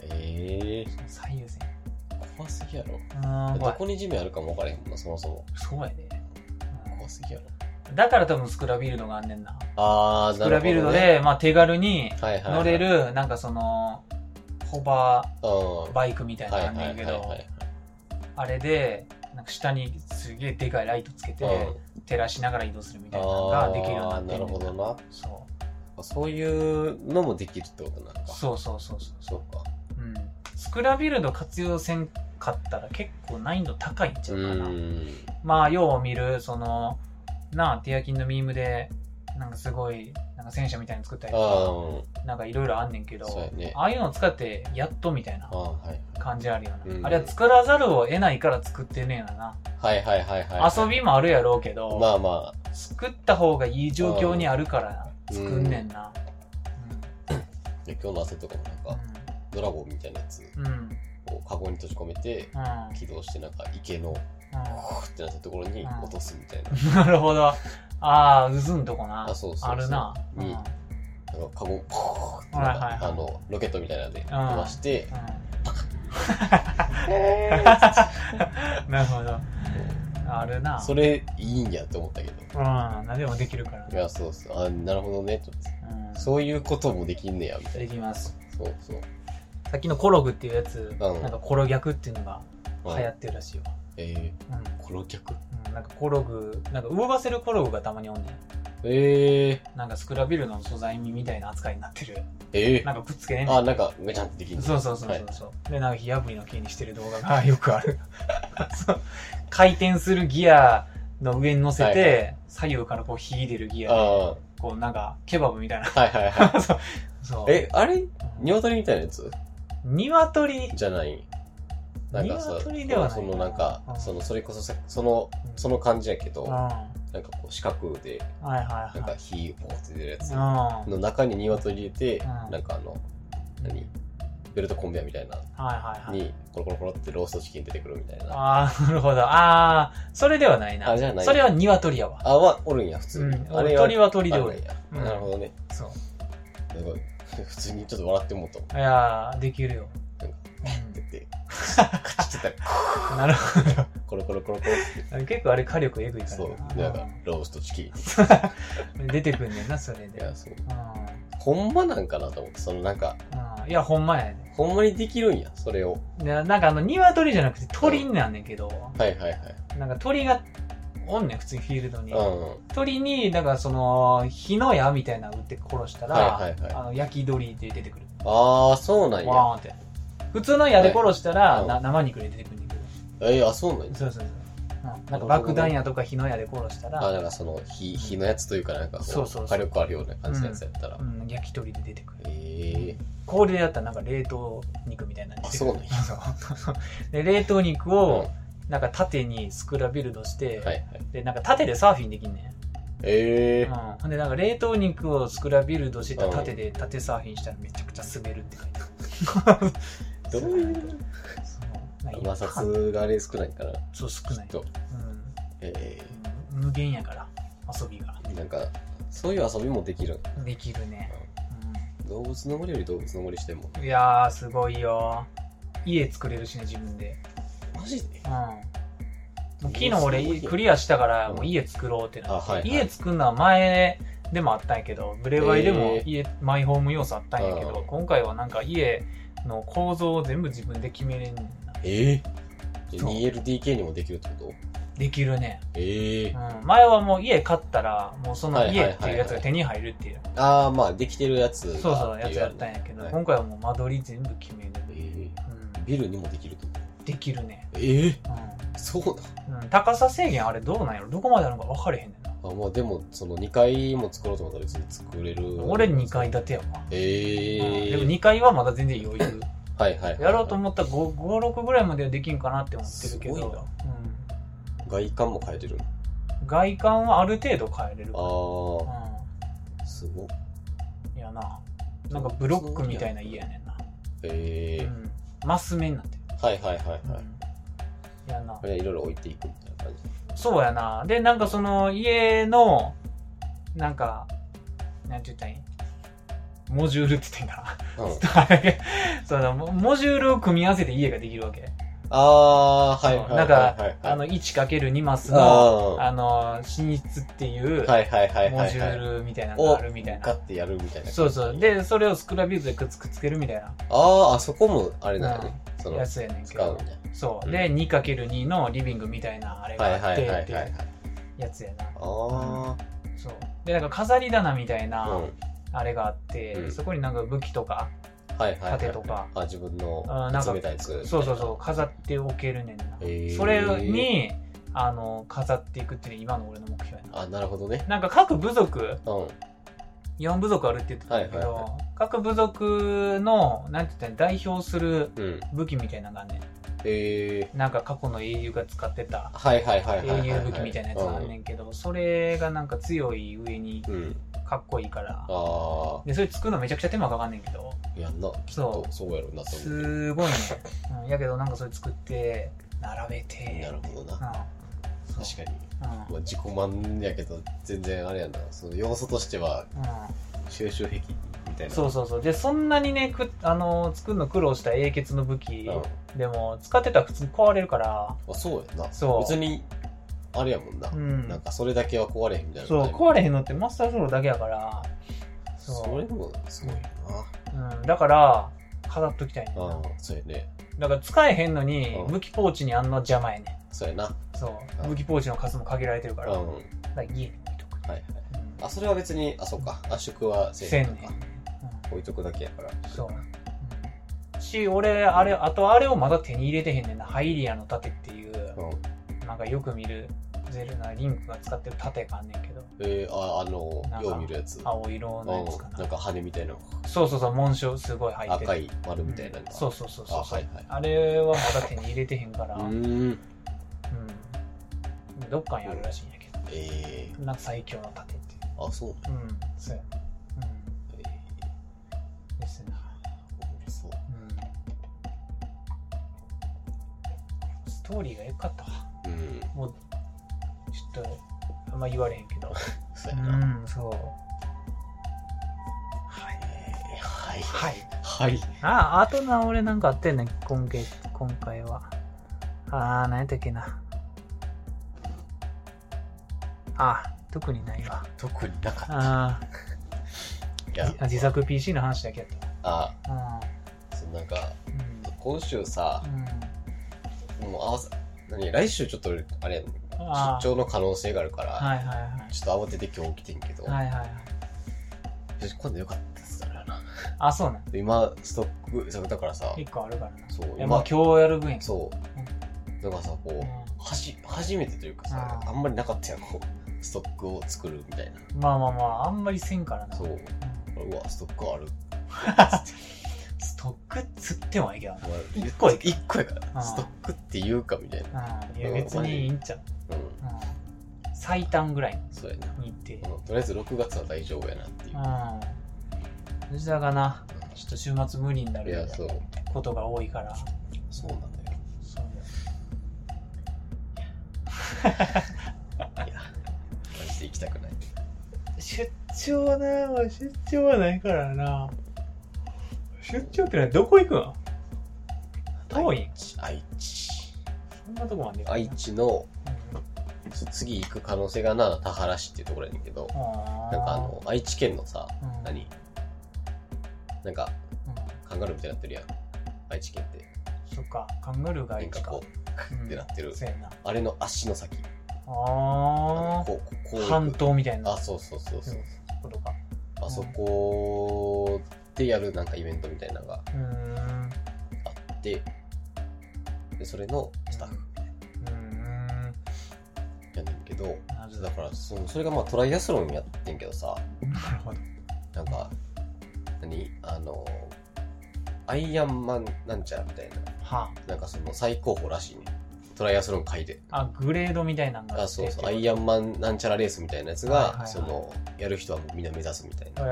Speaker 2: ええ
Speaker 1: 最優先
Speaker 2: ー。怖すぎやろ。
Speaker 1: うん
Speaker 2: ど
Speaker 1: 怖い
Speaker 2: こに地面あるかも分からへんもんな、そもそも。
Speaker 1: そうやで、
Speaker 2: 怖すぎやろ。
Speaker 1: うん、だから多分スクラビルドがあんねんな
Speaker 2: あー、
Speaker 1: ス
Speaker 2: な
Speaker 1: ク
Speaker 2: る
Speaker 1: ラ
Speaker 2: ほど、ね。
Speaker 1: ビルド、で、まあ、手軽に
Speaker 2: はいはいはい、
Speaker 1: 乗れる、なんかそのホバ
Speaker 2: うん、
Speaker 1: ーバイクみたいな
Speaker 2: は
Speaker 1: の
Speaker 2: い
Speaker 1: あんねんけど、
Speaker 2: はいはい
Speaker 1: あれでなんか下にすげえでかいライトつけて、
Speaker 2: はいうん
Speaker 1: 照らしながら移動するみたいなの
Speaker 2: あ
Speaker 1: が
Speaker 2: ー
Speaker 1: できるようになってんねん
Speaker 2: るほどな
Speaker 1: そ
Speaker 2: そういうのもできるってことなん
Speaker 1: う
Speaker 2: か
Speaker 1: そうそうそうそう
Speaker 2: そうか
Speaker 1: うん、スクラビルド活用せんかったら結構難易度高いんちゃ
Speaker 2: う
Speaker 1: うかな、
Speaker 2: ーん
Speaker 1: まあよう見るそのなあティアキンのミームでなんかすごいなんか戦車みたいに作ったり
Speaker 2: あ
Speaker 1: と
Speaker 2: ーう
Speaker 1: か
Speaker 2: ん
Speaker 1: なんかいろいろあんねんけど、
Speaker 2: そうやね
Speaker 1: ああいうのを使ってやっとみたいな
Speaker 2: あーはい
Speaker 1: 感じあるよな、
Speaker 2: うん
Speaker 1: あれは作らざるを得ないから作ってんねえな、
Speaker 2: はいはいはいはい
Speaker 1: な遊びもあるやろうけど、
Speaker 2: まあま
Speaker 1: 作った方がいい状況にあるから作んねんな
Speaker 2: あ今日の朝とかもなんかドラゴンみたいなやつ
Speaker 1: うんうんうん
Speaker 2: をカゴに閉じ込めて起動してなんか池の
Speaker 1: うん
Speaker 2: ふってなったところに落とすみたい
Speaker 1: *laughs*
Speaker 2: な
Speaker 1: なるほど。ああー、渦んとこな。
Speaker 2: あそうそうそう
Speaker 1: るな。うん。 *laughs* う
Speaker 2: に
Speaker 1: ん。
Speaker 2: なんかカゴをってなん
Speaker 1: はいはい
Speaker 2: か
Speaker 1: はい
Speaker 2: あのロケットみたいなので飛ば
Speaker 1: *laughs*
Speaker 2: して
Speaker 1: なるほど。あるな。
Speaker 2: それいいんやって思ったけど
Speaker 1: うん。何でもできるから
Speaker 2: い
Speaker 1: ね。
Speaker 2: やそうそうあなるほどねと思って
Speaker 1: うん。
Speaker 2: そういうこともできんねやみた
Speaker 1: で
Speaker 2: いな
Speaker 1: きます。
Speaker 2: そうそう
Speaker 1: さっきのコログっていうやつ、
Speaker 2: うん
Speaker 1: なんかコロ逆っていうのが流行
Speaker 2: い
Speaker 1: ってるらしいよ、
Speaker 2: え
Speaker 1: うん
Speaker 2: ー、コロ客
Speaker 1: うんなんかコログなんか動かせるコログがたまにおんねん
Speaker 2: え
Speaker 1: なんかスクラビルの素材みたいな扱いになってる
Speaker 2: ー、えー
Speaker 1: なんかくっつけねんねん
Speaker 2: あ、なんか、めちゃんってできる。
Speaker 1: そうそうそうそうそう、でなんか火炙りの木にしてる動画が *laughs* よくあるそう回転するギアの上に乗せて、
Speaker 2: は
Speaker 1: 左右からこう火出るギア
Speaker 2: あ
Speaker 1: こうなんかケバブみたいな
Speaker 2: あ、はいは
Speaker 1: *laughs*
Speaker 2: いは
Speaker 1: そうそう
Speaker 2: い。え、あれ
Speaker 1: うん
Speaker 2: 鶏みたいなやつ
Speaker 1: 鶏
Speaker 2: じゃないなんかさ、
Speaker 1: 鶏ではないな
Speaker 2: そのなんか
Speaker 1: う、ん
Speaker 2: その、それこそさ、その、
Speaker 1: うん
Speaker 2: その感じやけど、
Speaker 1: うん
Speaker 2: な
Speaker 1: は
Speaker 2: んかこう、四角で、
Speaker 1: いはい
Speaker 2: なん
Speaker 1: は
Speaker 2: か
Speaker 1: い
Speaker 2: 火をって出るやつ
Speaker 1: うん
Speaker 2: の中に鶏入れて、
Speaker 1: うん
Speaker 2: なんかあの、何ベルトコンベアみたいな
Speaker 1: はいはいはい
Speaker 2: に、コロコロコロってローストチキン出てくるみたいな。
Speaker 1: ああ、なるほど。ああ、それではないな。
Speaker 2: あじゃあない
Speaker 1: それは鶏やわ。
Speaker 2: あ、は、おるんや、普通
Speaker 1: う
Speaker 2: に。
Speaker 1: ん、
Speaker 2: あ
Speaker 1: 俺
Speaker 2: れ
Speaker 1: 鳥
Speaker 2: は、
Speaker 1: は鳥でお
Speaker 2: おるん
Speaker 1: る。
Speaker 2: や。
Speaker 1: うん
Speaker 2: なるほどね。
Speaker 1: そう。
Speaker 2: なんか普通にちょっと笑ってもうと思
Speaker 1: いやー、できるよ。
Speaker 2: って
Speaker 1: う *laughs*
Speaker 2: て、カチッてたら、
Speaker 1: ん、なるほ
Speaker 2: コロコロコロコロって。
Speaker 1: ど。 *laughs* 結構あれ火力えぐいから
Speaker 2: そ
Speaker 1: な
Speaker 2: う、なんか、ローストチキン。い
Speaker 1: うん出てくんねんな、それで。
Speaker 2: や、そう。
Speaker 1: うん
Speaker 2: ほんまなんかなと思って、そのなんか、
Speaker 1: うん、いや、ほんまやね。
Speaker 2: ほんまにできるんや、それを。
Speaker 1: でなんかあの、鶏じゃなくて鳥なんねんけど、
Speaker 2: はいはいはい。
Speaker 1: なんか鳥がおんねん、普通にフィールドに。
Speaker 2: う
Speaker 1: 鳥に、だからその、火の矢みたいなの打って殺したら、
Speaker 2: はいはいはい
Speaker 1: あの焼き鳥って出てくる。
Speaker 2: ん。ああ、そうなんや。
Speaker 1: わーンって。普通の矢で殺したら、
Speaker 2: はい
Speaker 1: な生肉で出てくるんだけど。
Speaker 2: えー、あ、そうなんや。
Speaker 1: そうそうそう。うんなんか爆弾矢とか火の矢で殺した
Speaker 2: あ、
Speaker 1: ら、
Speaker 2: なんかその、火、火のやつというか、なんかこう
Speaker 1: そうそうそう
Speaker 2: 火力あるような感じのやつやったら。
Speaker 1: うん、焼き鳥で出てくる。
Speaker 2: ええ
Speaker 1: これでやったらなんか冷凍肉みたいなの出てくる
Speaker 2: あそうなんや
Speaker 1: そうで冷凍肉
Speaker 2: ー。
Speaker 1: を、なんか縦にスクラビルドして、
Speaker 2: はいはい。
Speaker 1: でなんか縦でサーフィンできんね
Speaker 2: ええ
Speaker 1: ん、うん、ほんでなんか冷凍肉をスクラビルドしてた縦で縦サーフィンしたらめちゃくちゃ滑るって書いてある
Speaker 2: どういう
Speaker 1: *laughs* そうなんか
Speaker 2: 摩擦があれ少ないから、
Speaker 1: そう少
Speaker 2: き
Speaker 1: な
Speaker 2: っ
Speaker 1: い、
Speaker 2: と。
Speaker 1: う
Speaker 2: え
Speaker 1: ん、無限やから遊びが
Speaker 2: えなんか、そういう遊びもできる。
Speaker 1: できるね、うん
Speaker 2: 動物の森より動物の森してんもん。
Speaker 1: いやーすごいよ家作れるしね自分で
Speaker 2: マジで
Speaker 1: うんもう昨日俺クリアしたから
Speaker 2: うん
Speaker 1: もう家作ろうってなって、
Speaker 2: あはいはい
Speaker 1: 家作るのは前でもあったんやけどブレワイでも
Speaker 2: えー
Speaker 1: 家、マイホーム要素あったんやけど
Speaker 2: うん
Speaker 1: 今回はなんか家の構造を全部自分で決めれんねんな
Speaker 2: ええじゃあ
Speaker 1: そう
Speaker 2: 2LDK にもできるってこと
Speaker 1: できるね、
Speaker 2: ええ
Speaker 1: うん、前はもう家買ったらもうその家っていうやつ
Speaker 2: はいはいはいは
Speaker 1: が
Speaker 2: い
Speaker 1: 手に入るっていう、
Speaker 2: ああ、まあ、できてるやつが。
Speaker 1: そうそうやつやったんやけど、
Speaker 2: はい
Speaker 1: 今回はもう間取り全部決める、
Speaker 2: え
Speaker 1: う
Speaker 2: えビルにもできるってこと
Speaker 1: ん、できるね、
Speaker 2: ええ
Speaker 1: うん
Speaker 2: そうだ。
Speaker 1: うん、高さ制限あれどうなんやろどこまであるのか分かれへんねんな、
Speaker 2: あまあ、でも、その2階も作ろうと思ったら別に作れる。
Speaker 1: 俺2階建てやわ、
Speaker 2: ええ
Speaker 1: うんでも2階はまだ全然余
Speaker 2: *laughs*
Speaker 1: 裕
Speaker 2: はいはいはい。
Speaker 1: やろうと思ったら56ぐらいまではできんかなって思ってるけ
Speaker 2: すごいな
Speaker 1: ど、
Speaker 2: 外観も変えてる。
Speaker 1: うん、外観はある程度変えれるか
Speaker 2: あ
Speaker 1: ら、
Speaker 2: あ、すごい。
Speaker 1: うん、いやななんかブロックみたいな家やねんな、
Speaker 2: え
Speaker 1: う
Speaker 2: え
Speaker 1: ん、マス目になってる、
Speaker 2: はいはいはいはい。
Speaker 1: いやな
Speaker 2: これはいろいろ置いていくみたいな感じ。
Speaker 1: そうやなでなんかその家のなんかなんて言ったらいいモジュールって言ってんかな
Speaker 2: うん、
Speaker 1: そのモモジュールを組み合わせて家ができるわけ。
Speaker 2: ああー、はいはい
Speaker 1: そう
Speaker 2: は
Speaker 1: ないんか
Speaker 2: はいはい。
Speaker 1: あの 1×2 マスの
Speaker 2: あー
Speaker 1: あの寝室っていう
Speaker 2: はいはいはいはいは
Speaker 1: モ
Speaker 2: い。
Speaker 1: ジュールみたいなの
Speaker 2: を
Speaker 1: があるみたい
Speaker 2: ガ
Speaker 1: な。
Speaker 2: ッてやるみたいな。
Speaker 1: そうそう。、で、それをスクラビューズでくっつくっつけるみたいな
Speaker 2: ああ、あそこもあれなんやね。その
Speaker 1: や、つやねんけ
Speaker 2: 使う
Speaker 1: ど
Speaker 2: ん。や。
Speaker 1: そう。で、2×2 のリビングみたいなあれ
Speaker 2: はい
Speaker 1: があ
Speaker 2: は
Speaker 1: って
Speaker 2: いはい
Speaker 1: ってい
Speaker 2: はいは
Speaker 1: う
Speaker 2: い。
Speaker 1: やつやな。
Speaker 2: あ
Speaker 1: そう。で、なんか飾り棚みたい
Speaker 2: あ、うん。
Speaker 1: な
Speaker 2: はい
Speaker 1: あれがあって、
Speaker 2: うん
Speaker 1: そこになんか武器とか
Speaker 2: はいはい。
Speaker 1: 盾とか、
Speaker 2: あ、自分の
Speaker 1: あーなんか
Speaker 2: 集めたやつ。
Speaker 1: そうそうそう、飾っておけるねんな。
Speaker 2: へー
Speaker 1: それに、あの、飾っていくっていうのが今の俺の目標やな。
Speaker 2: あ、なるほどね。
Speaker 1: なんか各部族、
Speaker 2: うん。はい
Speaker 1: 4部族あるって言ってたけど、
Speaker 2: はいはいは
Speaker 1: 各部族の、なんて言ったらいい代表する
Speaker 2: うん。
Speaker 1: 武器みたいなのがあんねん
Speaker 2: ええ。
Speaker 1: なんか過去の英雄が使ってた
Speaker 2: はいはいはい
Speaker 1: 英
Speaker 2: はいはい
Speaker 1: 雄
Speaker 2: はい。
Speaker 1: 武器みたいなやつがあんねんけど、それがなんか強い上に
Speaker 2: うん。うん。
Speaker 1: かっこいいから、
Speaker 2: あ
Speaker 1: で、それ作るのめちゃくちゃ手間かかんねんけど、
Speaker 2: あ、やんな。きっと
Speaker 1: そう
Speaker 2: そうやろうなと思って。
Speaker 1: すごいね。うん、やけどなんかそれ作って、並べて、
Speaker 2: なるほど
Speaker 1: うん
Speaker 2: な。
Speaker 1: そう
Speaker 2: 確かに。
Speaker 1: うん
Speaker 2: まあ、自己満やけど、全然あれやな。その要素としては、
Speaker 1: う
Speaker 2: 収集癖みたい
Speaker 1: ん、
Speaker 2: な。
Speaker 1: そうそうそうでそんなにねくあのー作るの苦労した英傑の武器
Speaker 2: うん
Speaker 1: でも使ってたら普通に壊れるから
Speaker 2: あ、そうやんな。
Speaker 1: そう
Speaker 2: 別に、あれやもんな
Speaker 1: う。
Speaker 2: なん
Speaker 1: ん
Speaker 2: か、それだけは壊れへんみたいな。
Speaker 1: そう壊れへんのってマスターソロだけやから、
Speaker 2: それもすごいな。
Speaker 1: うん、だから飾っときたいねんな
Speaker 2: うんそうやね
Speaker 1: だから使えへんのに
Speaker 2: うん
Speaker 1: 武器ポーチにあんの邪魔やね
Speaker 2: そうやな、
Speaker 1: んそう
Speaker 2: うん
Speaker 1: 武器ポーチの数も限られてるか
Speaker 2: う
Speaker 1: ら
Speaker 2: ん
Speaker 1: だか
Speaker 2: はい
Speaker 1: ら家に置いとく
Speaker 2: はい
Speaker 1: うん
Speaker 2: あそれは別にあそうか圧縮はせえ
Speaker 1: せ
Speaker 2: へ
Speaker 1: ん
Speaker 2: ん
Speaker 1: ね
Speaker 2: の
Speaker 1: ん
Speaker 2: か置いとくだけやから
Speaker 1: うんそううんし俺あれあとあれをまだ手に入れてへんねんなハイリアの盾っていう
Speaker 2: うん
Speaker 1: なんかよく見るゼルナリンクが使ってる盾があんねんけど
Speaker 2: えー、ああの
Speaker 1: なんか
Speaker 2: よう見るやつ
Speaker 1: 青色のやつか
Speaker 2: うん、な
Speaker 1: なん
Speaker 2: か羽みたいな
Speaker 1: そうそうそう紋章すごい入ってる
Speaker 2: 赤い丸みたいなのが
Speaker 1: そうそうそうそう
Speaker 2: あはいはい
Speaker 1: あれはまだ手に入れてへんから、
Speaker 2: *laughs* う
Speaker 1: うん
Speaker 2: ーん
Speaker 1: どっかにあるらしいんやけ
Speaker 2: え
Speaker 1: どなんか最強の盾ってい
Speaker 2: ー、あそうなん
Speaker 1: ううんそうやう
Speaker 2: えー
Speaker 1: んですね
Speaker 2: おもろそう
Speaker 1: うんストーリーがよかったわ
Speaker 2: うん
Speaker 1: もうちょっとあんま言われへんけ
Speaker 2: *laughs*
Speaker 1: ど
Speaker 2: そうやな、
Speaker 1: うんそうはい
Speaker 2: えー、はい
Speaker 1: はい
Speaker 2: はい
Speaker 1: ああとな俺なんかあってんねん今月今回はあー何やったっけなあ特にないわ
Speaker 2: 特になかっ
Speaker 1: あ
Speaker 2: たいや
Speaker 1: ーあ自作 PC の話だけやった
Speaker 2: あ
Speaker 1: あ
Speaker 2: そうなんか
Speaker 1: ーうん
Speaker 2: 今週さ
Speaker 1: うん
Speaker 2: もう合わせ何来週ちょっとあれやん
Speaker 1: あー
Speaker 2: 出張の可能性があるから、
Speaker 1: はいはい
Speaker 2: ちょっと慌てて今日来てんけど、
Speaker 1: はいはいはいはい
Speaker 2: よし今度よかったっすからな
Speaker 1: あそうなん
Speaker 2: 今ストックそうだからさ
Speaker 1: 1個あるからな
Speaker 2: そう
Speaker 1: いやま
Speaker 2: 今
Speaker 1: あ今日やる分やけど
Speaker 2: そうだからさこう、
Speaker 1: う
Speaker 2: はじ初めてというかさ
Speaker 1: あー
Speaker 2: あんまりなかったやんこうストックを作るみたいなん
Speaker 1: まあまあまああんまりせんからな
Speaker 2: そう
Speaker 1: うん
Speaker 2: うわストックある
Speaker 1: ストックつってもいいけどな
Speaker 2: 一
Speaker 1: 個や
Speaker 2: 一個やか
Speaker 1: あー
Speaker 2: らストックっていうかみたいな
Speaker 1: うんいや別にいいんちゃう
Speaker 2: うん
Speaker 1: うん最短ぐらい
Speaker 2: そうやな
Speaker 1: に行って
Speaker 2: うんとりあえず6月は大丈夫やなっていう、
Speaker 1: うん藤田がなちょっと週末無理にないる
Speaker 2: やそう
Speaker 1: ことが多いから
Speaker 2: そうなんだよ
Speaker 1: そう
Speaker 2: いやマジで行きたくない
Speaker 1: 出張な俺出張はないからな出張ってのはどこ行くの遠い
Speaker 2: 愛知愛知
Speaker 1: そんなとこまで行くの
Speaker 2: 愛知の
Speaker 1: うん
Speaker 2: そう次行く可能性がな田原市っていうところやねんけど
Speaker 1: あー
Speaker 2: なんかあの愛知県のさ
Speaker 1: うん
Speaker 2: 何なんか
Speaker 1: うん
Speaker 2: カンガルーみたいになってるやん愛知県って
Speaker 1: そっかカンガルーが
Speaker 2: ないん
Speaker 1: い
Speaker 2: か
Speaker 1: か
Speaker 2: こう
Speaker 1: うん
Speaker 2: ってなってる
Speaker 1: そうやな
Speaker 2: あれの足の先あの
Speaker 1: あ
Speaker 2: こうこう
Speaker 1: あ半島みたいな
Speaker 2: あそうそうそうそう
Speaker 1: ことか
Speaker 2: あそこでやるなんかイベントみたいなのが
Speaker 1: うーん
Speaker 2: あってでそれのスタッフ
Speaker 1: うーん
Speaker 2: やねんけど
Speaker 1: なる
Speaker 2: だからそのそれがまあトライアスロンやってんけどさ
Speaker 1: ほど
Speaker 2: なんか何あのアイアンマンなんちゃらみたいな
Speaker 1: は
Speaker 2: なんかその最高峰らしいねトライアスロン界で
Speaker 1: ああグレードみたいなのが
Speaker 2: あそうそうア
Speaker 1: へ
Speaker 2: イアンマンなんちゃらレースみたいなやつが、
Speaker 1: はいはいはい
Speaker 2: そのやる人はもうみんな目指すみたい
Speaker 1: え
Speaker 2: な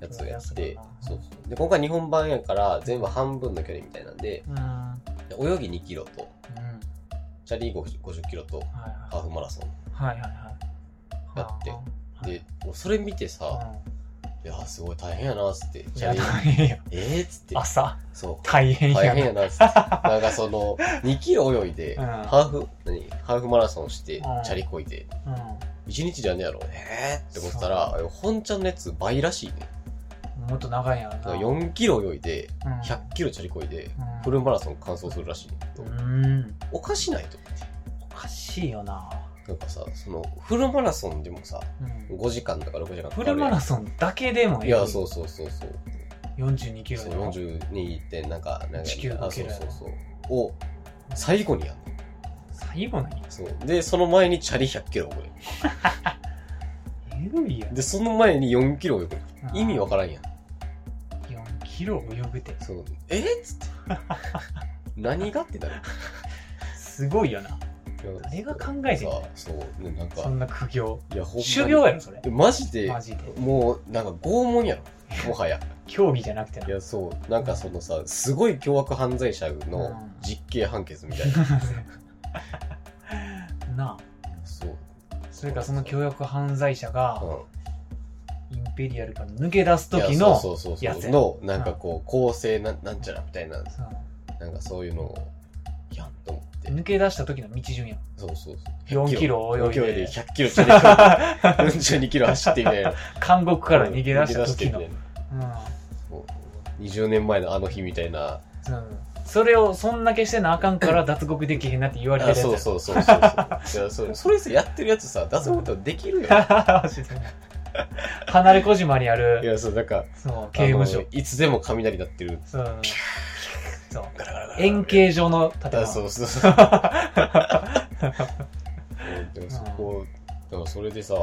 Speaker 2: やつをやっ
Speaker 1: そうやつ
Speaker 2: て
Speaker 1: だな
Speaker 2: そうそうで今回日本版やから全部半分の距離みたいなんで
Speaker 1: うーんうんは
Speaker 2: で泳ぎ2キロとチャリ50 50キロと
Speaker 1: い
Speaker 2: ハーフマラソ
Speaker 1: はいはいはいはい
Speaker 2: やって
Speaker 1: はあ
Speaker 2: ンでもうそれ見てさ
Speaker 1: う
Speaker 2: 「いやーすごい大変やな」っつって「
Speaker 1: んい
Speaker 2: チャ
Speaker 1: や
Speaker 2: リ
Speaker 1: 大変や
Speaker 2: えっ?」っつって
Speaker 1: 朝
Speaker 2: そ
Speaker 1: 大変
Speaker 2: う
Speaker 1: や
Speaker 2: 大
Speaker 1: な
Speaker 2: 変やなっつってなんかその2キロ泳いで
Speaker 1: うん
Speaker 2: ハーフ何ハーフマラソンして
Speaker 1: うん
Speaker 2: チャリこいで
Speaker 1: う
Speaker 2: 1日でやんねやろえーって思ってたら本ちゃんのやつ倍らしいね
Speaker 1: んもっと長いんやろ
Speaker 2: だ
Speaker 1: な
Speaker 2: から4キロ泳いで
Speaker 1: うん
Speaker 2: 100キロチャリこいで
Speaker 1: うん
Speaker 2: フルマラソン完走するらしいね
Speaker 1: うーん
Speaker 2: おかしないと思って
Speaker 1: おかしいよな
Speaker 2: なんかさそのフルマラソンでもさ
Speaker 1: うん
Speaker 2: 5時間とか6時間とか
Speaker 1: フルマラ
Speaker 2: ソ
Speaker 1: ソンだけでも
Speaker 2: いやそううそうそうそう
Speaker 1: 42キロ
Speaker 2: そう
Speaker 1: でも
Speaker 2: 42点なんかなんか
Speaker 1: 地球
Speaker 2: あ
Speaker 1: の
Speaker 2: そ
Speaker 1: キ
Speaker 2: う
Speaker 1: ロ
Speaker 2: そうそうを最後にやんの
Speaker 1: 最後何
Speaker 2: そうでその前にチャリ100キロ
Speaker 1: え
Speaker 2: 泳
Speaker 1: ぐいや
Speaker 2: ぐでその前に4キロ泳ぐ
Speaker 1: ん
Speaker 2: 意味わからんやん
Speaker 1: 4キロ泳ぐて
Speaker 2: そうえっつって
Speaker 1: *laughs*
Speaker 2: 何がってなる
Speaker 1: すごいよな誰が考えてん
Speaker 2: さ
Speaker 1: の
Speaker 2: そうねなん
Speaker 1: そ
Speaker 2: か
Speaker 1: んな苦行
Speaker 2: いやほんまに
Speaker 1: 修行やろそれ
Speaker 2: マジで
Speaker 1: マジで
Speaker 2: もうなんか拷問やろもはや
Speaker 1: 競技じゃなくてない
Speaker 2: やそうなんかそのさすごい凶悪犯罪者
Speaker 1: う
Speaker 2: の
Speaker 1: ん
Speaker 2: 実刑判決みた
Speaker 1: *laughs*
Speaker 2: いな、
Speaker 1: な
Speaker 2: そう、
Speaker 1: あそれかその凶悪犯罪者が
Speaker 2: う
Speaker 1: インペリアルから抜け出す
Speaker 2: ん、
Speaker 1: 時
Speaker 2: い
Speaker 1: の
Speaker 2: やそうそうそう
Speaker 1: や
Speaker 2: そ
Speaker 1: つ
Speaker 2: う
Speaker 1: や
Speaker 2: のなんかこう構成なんなんちゃらみたいな
Speaker 1: そう
Speaker 2: なんかそういうのをやんと思って、
Speaker 1: 抜け出した時の道順やん *laughs*
Speaker 2: そうそうそう
Speaker 1: 4キロ泳い
Speaker 2: 4キロ
Speaker 1: で
Speaker 2: 100キロチャ
Speaker 1: *laughs*
Speaker 2: リ42キロ走ってみたいな
Speaker 1: 監獄から逃げ出した時の
Speaker 2: 逃げ出してみたいな
Speaker 1: うん
Speaker 2: そう20年前のあの日みたいな
Speaker 1: うん、それをそんだけしてなあかんから脱獄できへんなって言われて
Speaker 2: あ
Speaker 1: るやつ
Speaker 2: そうそうそうそうそういやそうそれさやってるやつさ脱獄ってで
Speaker 1: *laughs*
Speaker 2: きるよ
Speaker 1: 離れ小島にあ
Speaker 2: い
Speaker 1: る
Speaker 2: やそうなんか
Speaker 1: そう刑務
Speaker 2: あ
Speaker 1: 所
Speaker 2: のいつでも雷鳴ってる
Speaker 1: そうそう
Speaker 2: ガラガラガラ
Speaker 1: 円形状の建
Speaker 2: あ
Speaker 1: 物 *laughs*
Speaker 2: そうそうそううんでもそこだからそれでさ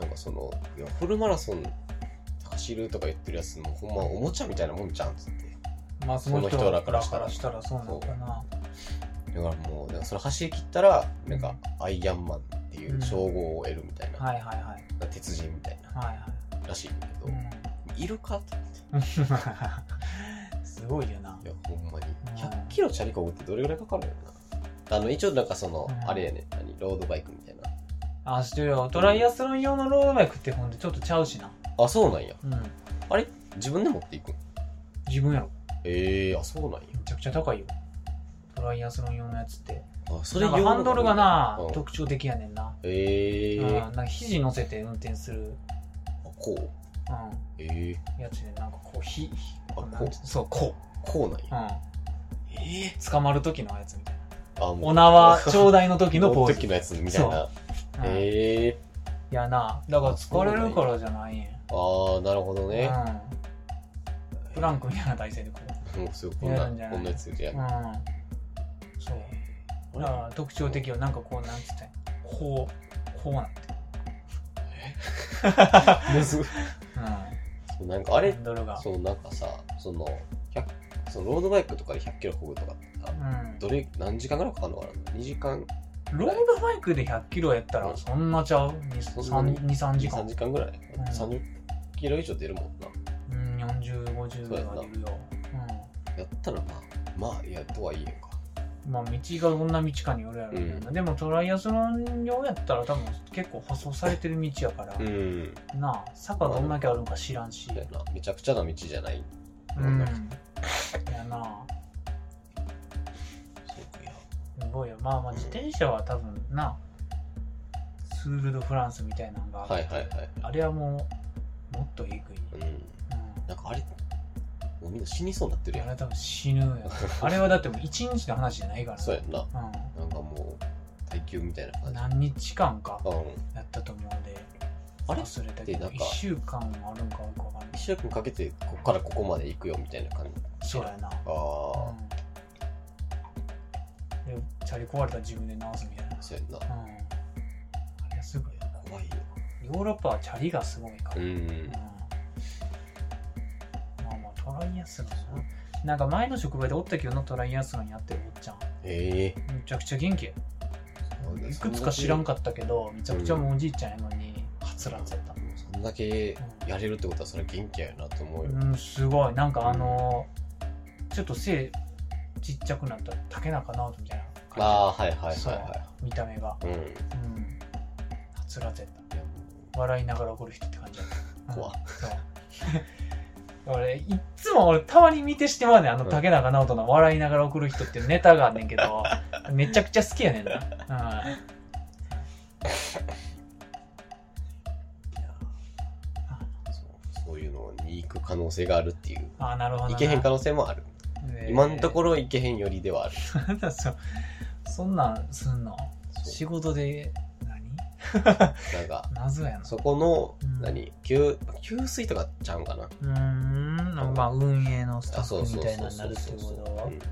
Speaker 2: なんかそのいやフルマラソン走るとか言ってるやつもほんまおもちゃみたいなもんじゃんっつって
Speaker 1: うんまあその人
Speaker 2: その人ら
Speaker 1: ら
Speaker 2: か
Speaker 1: からら
Speaker 2: したら
Speaker 1: したらそうなのかな
Speaker 2: だからもうなんかそれ走り切ったらなんかアイアンマンっていう称号を得るみたいな、
Speaker 1: はいはいはい
Speaker 2: なんか鉄人みたいな
Speaker 1: はいはい
Speaker 2: らしいんだけど、
Speaker 1: う
Speaker 2: いるかってって
Speaker 1: んすごいよない
Speaker 2: やほんまに
Speaker 1: うん
Speaker 2: 100キロチャリこぐってどれぐらいかかるのよなあの一応なんかその、
Speaker 1: うん
Speaker 2: あれやね何ロードバイクみたいな
Speaker 1: あ知ってるよトライアスロン用のロードバイクってほんでちょっとちゃうしな
Speaker 2: あそうなんや
Speaker 1: うん
Speaker 2: 自分で持っていくん
Speaker 1: 自分やろ
Speaker 2: ええー、あそうなんや
Speaker 1: めちゃくちゃ高いよトライアスロン用のやつって
Speaker 2: あそ
Speaker 1: なんかハンドルがな
Speaker 2: うん
Speaker 1: 特徴的やねんな
Speaker 2: ええ
Speaker 1: うん
Speaker 2: ー
Speaker 1: な、んか肘乗せて運転するうん
Speaker 2: こうええ
Speaker 1: やつでなんかこうひひ
Speaker 2: あこう
Speaker 1: なんてそうこ
Speaker 2: こうなん
Speaker 1: うう
Speaker 2: や、
Speaker 1: ん
Speaker 2: ええ
Speaker 1: 捕まる時のやつみたいな
Speaker 2: ー、あも
Speaker 1: お
Speaker 2: う *laughs*
Speaker 1: 縄頂戴の時のポーズ
Speaker 2: 時のやつみたいな
Speaker 1: うん
Speaker 2: ええ
Speaker 1: いやなだから疲れるからじゃないんや
Speaker 2: ー、ああなるほどね、
Speaker 1: うんフランクみたいな体勢でこう
Speaker 2: もうすごいこんな
Speaker 1: やるんじゃない
Speaker 2: こんなやつでやる
Speaker 1: うんそうだから特徴的よなんかこうなんつったんやこうこうなって
Speaker 2: むず
Speaker 1: う
Speaker 2: そうなんかあれ
Speaker 1: んドルが
Speaker 2: そうなんかさその100そのロードバイクとかで100キロこぐとかってさ
Speaker 1: うん
Speaker 2: どれ何時間ぐらいかかるのかな2時間
Speaker 1: ロードバイクで100キロやったらそんなちゃう
Speaker 2: そんなに
Speaker 1: 23時
Speaker 2: 3
Speaker 1: 間
Speaker 2: 時間ぐらい、
Speaker 1: ん
Speaker 2: 30キロ以上出るもんな
Speaker 1: うん4050ぐらいは出るよ
Speaker 2: やったらまあまあいやとはいえんか
Speaker 1: うんまあ道がどんな道かによるやろうけどなでもトライアスロン用やったら多分結構舗装されてる道やから
Speaker 2: うん
Speaker 1: なあ坂どんだけあるんか知らんし
Speaker 2: みたいなめちゃくちゃな道じゃない
Speaker 1: うん *laughs* やな
Speaker 2: そうかいや
Speaker 1: すごいよまあまあ自転車は多分なツール・ド・フランスみたいなのがあって
Speaker 2: はいはいはい
Speaker 1: あれはもうもっとえぐい、
Speaker 2: うん
Speaker 1: うん
Speaker 2: なんかあれもうみんな死にそうになってるや
Speaker 1: あれ
Speaker 2: ん
Speaker 1: 多分死ぬよ
Speaker 2: *laughs*
Speaker 1: あれはだってもう一日の話じゃないから
Speaker 2: そうやんな
Speaker 1: うん
Speaker 2: なんかもう耐久みたいな感じ
Speaker 1: 何日間か
Speaker 2: うん
Speaker 1: やったと思うので
Speaker 2: あれ
Speaker 1: 忘れたけ
Speaker 2: ってな
Speaker 1: ど
Speaker 2: んか
Speaker 1: 1週間あるんかあるかわかんな
Speaker 2: 一
Speaker 1: い
Speaker 2: 週間かけてこっからここまで行くよみたいな感じ
Speaker 1: そうやな、
Speaker 2: ああ
Speaker 1: うん、でチャリ壊れたら自分で直すみたいな
Speaker 2: そうやんな
Speaker 1: うんあれはすごいよ
Speaker 2: 怖いよ
Speaker 1: ヨーロッパはチャリがすごいから
Speaker 2: うん
Speaker 1: うんまあまあトライアスロンななんか前の職場でおったけどなトライアスロンやってるおっちゃん
Speaker 2: ええ
Speaker 1: めちゃくちゃ元気やいくつか知らんかったけどめちゃくちゃもうおじいちゃんやのにはつらつやった
Speaker 2: そんだけやれるってことはそれ元気やよなと思うよ、
Speaker 1: うんすごいなんかあのーちょっと背ちっちゃくなった竹中直人みたいな
Speaker 2: ああはいはいはい
Speaker 1: そう
Speaker 2: は
Speaker 1: 見た目が
Speaker 2: いうんい
Speaker 1: うんはつらつやった
Speaker 2: やも
Speaker 1: 笑いながら怒る人って感じだった
Speaker 2: 怖っ
Speaker 1: うんそう *laughs* 俺いっつも俺たまに見てしてまうねんあの竹中直人の笑いながら怒る人っていうネタがあんねんけ
Speaker 2: *laughs*
Speaker 1: どめちゃくちゃ好きやねんな、うん
Speaker 2: ういやそうそういうのに行く可能性があるっていう
Speaker 1: あーなるほどな
Speaker 2: 行けへん可能性もある、
Speaker 1: えー
Speaker 2: 今のところ行けへんよりではある
Speaker 1: *laughs* そうそんなんすんの
Speaker 2: そ
Speaker 1: 仕事で何
Speaker 2: うなんか
Speaker 1: 謎やな
Speaker 2: そこの、
Speaker 1: うん
Speaker 2: 何給給水とかちゃうんかな
Speaker 1: うーんまあ運営のスタ
Speaker 2: あそう
Speaker 1: ッフ
Speaker 2: そ
Speaker 1: み
Speaker 2: う
Speaker 1: たい
Speaker 2: そ
Speaker 1: な
Speaker 2: う
Speaker 1: になるっ
Speaker 2: そう
Speaker 1: て
Speaker 2: そう
Speaker 1: こ
Speaker 2: そううん
Speaker 1: と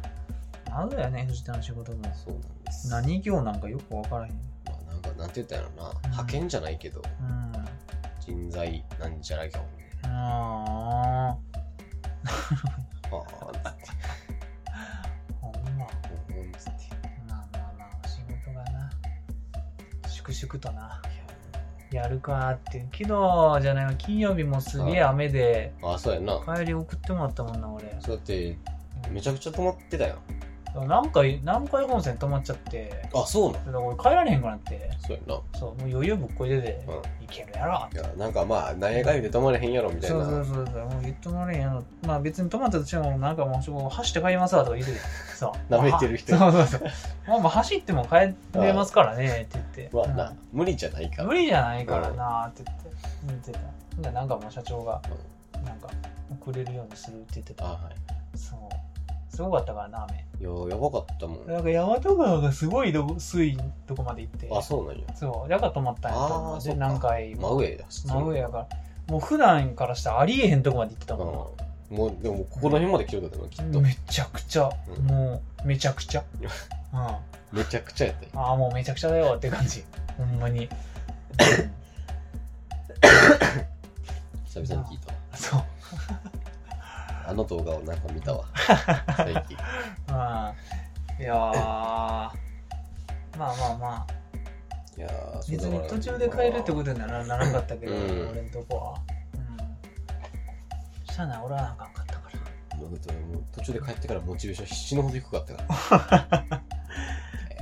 Speaker 1: 謎やね藤田の仕事も
Speaker 2: そうなんです
Speaker 1: 何業なんかよくわからへん
Speaker 2: まあ、なんかなんて言ったんやろな、
Speaker 1: うん
Speaker 2: 派遣じゃないけど
Speaker 1: うん
Speaker 2: 人材なんちゃら業みた
Speaker 1: あ
Speaker 2: い
Speaker 1: あ
Speaker 2: なああつって
Speaker 1: ほんま
Speaker 2: うんうんつって
Speaker 1: まあまあまあ仕事がな粛々とないやるかって昨日じゃないわ金曜日もすげえ雨で
Speaker 2: やあそうやな
Speaker 1: 帰り送ってもらったもんな俺
Speaker 2: そうやってめちゃくちゃ止まってたやん
Speaker 1: 何回何回本線止まっちゃって
Speaker 2: あそうなん
Speaker 1: だから俺帰られへんくなって
Speaker 2: そうや
Speaker 1: そうもう余裕ぶっこいてて、
Speaker 2: うん
Speaker 1: いけるやろって
Speaker 2: ないやなんかまあ何やかんやで止まれへんやろみたい
Speaker 1: そ
Speaker 2: な
Speaker 1: うそうそうそうもう言ってもらえへんやろまあ別に止まったとしてもなんかもうそこ走って帰りますわとか言うててそう
Speaker 2: *laughs* 舐めてる人
Speaker 1: そうそうそうまあまあ走っても帰れますからねって言って
Speaker 2: まあ
Speaker 1: う
Speaker 2: なん無理じゃないから
Speaker 1: 無理じゃないからなって言って言ってたほんでなんかもう社長が
Speaker 2: うん
Speaker 1: なんかくれるようにするって言って
Speaker 2: あ
Speaker 1: た
Speaker 2: は
Speaker 1: そうすごかったからな雨
Speaker 2: いいやーやばかったもん
Speaker 1: なんか大和川がすごいどこ水位とこまで行って
Speaker 2: あそうなんや
Speaker 1: そうだから止まったんやと思
Speaker 2: あ
Speaker 1: う
Speaker 2: ー
Speaker 1: で
Speaker 2: そっか
Speaker 1: 何回も
Speaker 2: 真上だ
Speaker 1: 真上やからもう普段からしたらありえへんとこまで行ってた
Speaker 2: うん
Speaker 1: も
Speaker 2: もうでもここら辺まで来てたのきっ
Speaker 1: ん
Speaker 2: と
Speaker 1: なめちゃくちゃ、
Speaker 2: うん
Speaker 1: もうめちゃく
Speaker 2: *laughs*
Speaker 1: ちゃ、
Speaker 2: い
Speaker 1: うん、
Speaker 2: や
Speaker 1: あ
Speaker 2: めちゃくちゃやったよ
Speaker 1: あもうめちゃくちゃだよって感じほんま
Speaker 2: *laughs*
Speaker 1: に
Speaker 2: 久々に聞いたわ
Speaker 1: そう
Speaker 2: あの動画をなんか見たわ最近
Speaker 1: うんいやーまあまあまあ
Speaker 2: いやーそう
Speaker 1: 別
Speaker 2: だから
Speaker 1: に途中で変えるってことにはなならなかったけど、
Speaker 2: うん
Speaker 1: 俺んとこはうんしゃあない俺はなあかんかったから
Speaker 2: もう途中で帰ってからモチベーション必死のほど低かったから。えー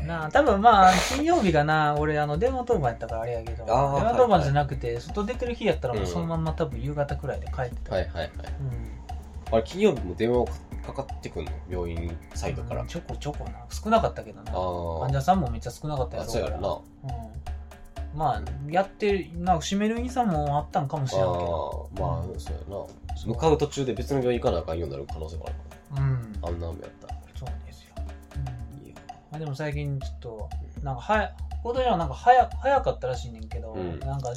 Speaker 1: なあ多分まあ金曜日がな俺あの電話当番やったからあれやけど電
Speaker 2: あー
Speaker 1: 話当番じゃなくて、外出てる日やったらもうそのまんま多分夕方くらいで帰ってた、
Speaker 2: はいはいはい。
Speaker 1: うん
Speaker 2: あれ、金曜日も電話かかってくんの病院サイトから。
Speaker 1: うんちょこちょこな少なかったけどな患
Speaker 2: あ
Speaker 1: 者さんもめっちゃ少なかった
Speaker 2: あ。
Speaker 1: や
Speaker 2: あ、
Speaker 1: ろ
Speaker 2: そうやろな。
Speaker 1: うん、まあやってなんか閉める院さんもあったんかもしれんけど
Speaker 2: ああ、まあ、そうやな。
Speaker 1: そう
Speaker 2: 向かう途中で別の病院行かなあかんようになる可能性もあるか
Speaker 1: うん
Speaker 2: ら。あんな雨やったら。
Speaker 1: そうなんですよ、うん
Speaker 2: いや。
Speaker 1: まあ、でも最近ちょっとなんかはやほどにはなんか早早かったらしいねんけど、
Speaker 2: うん
Speaker 1: なんか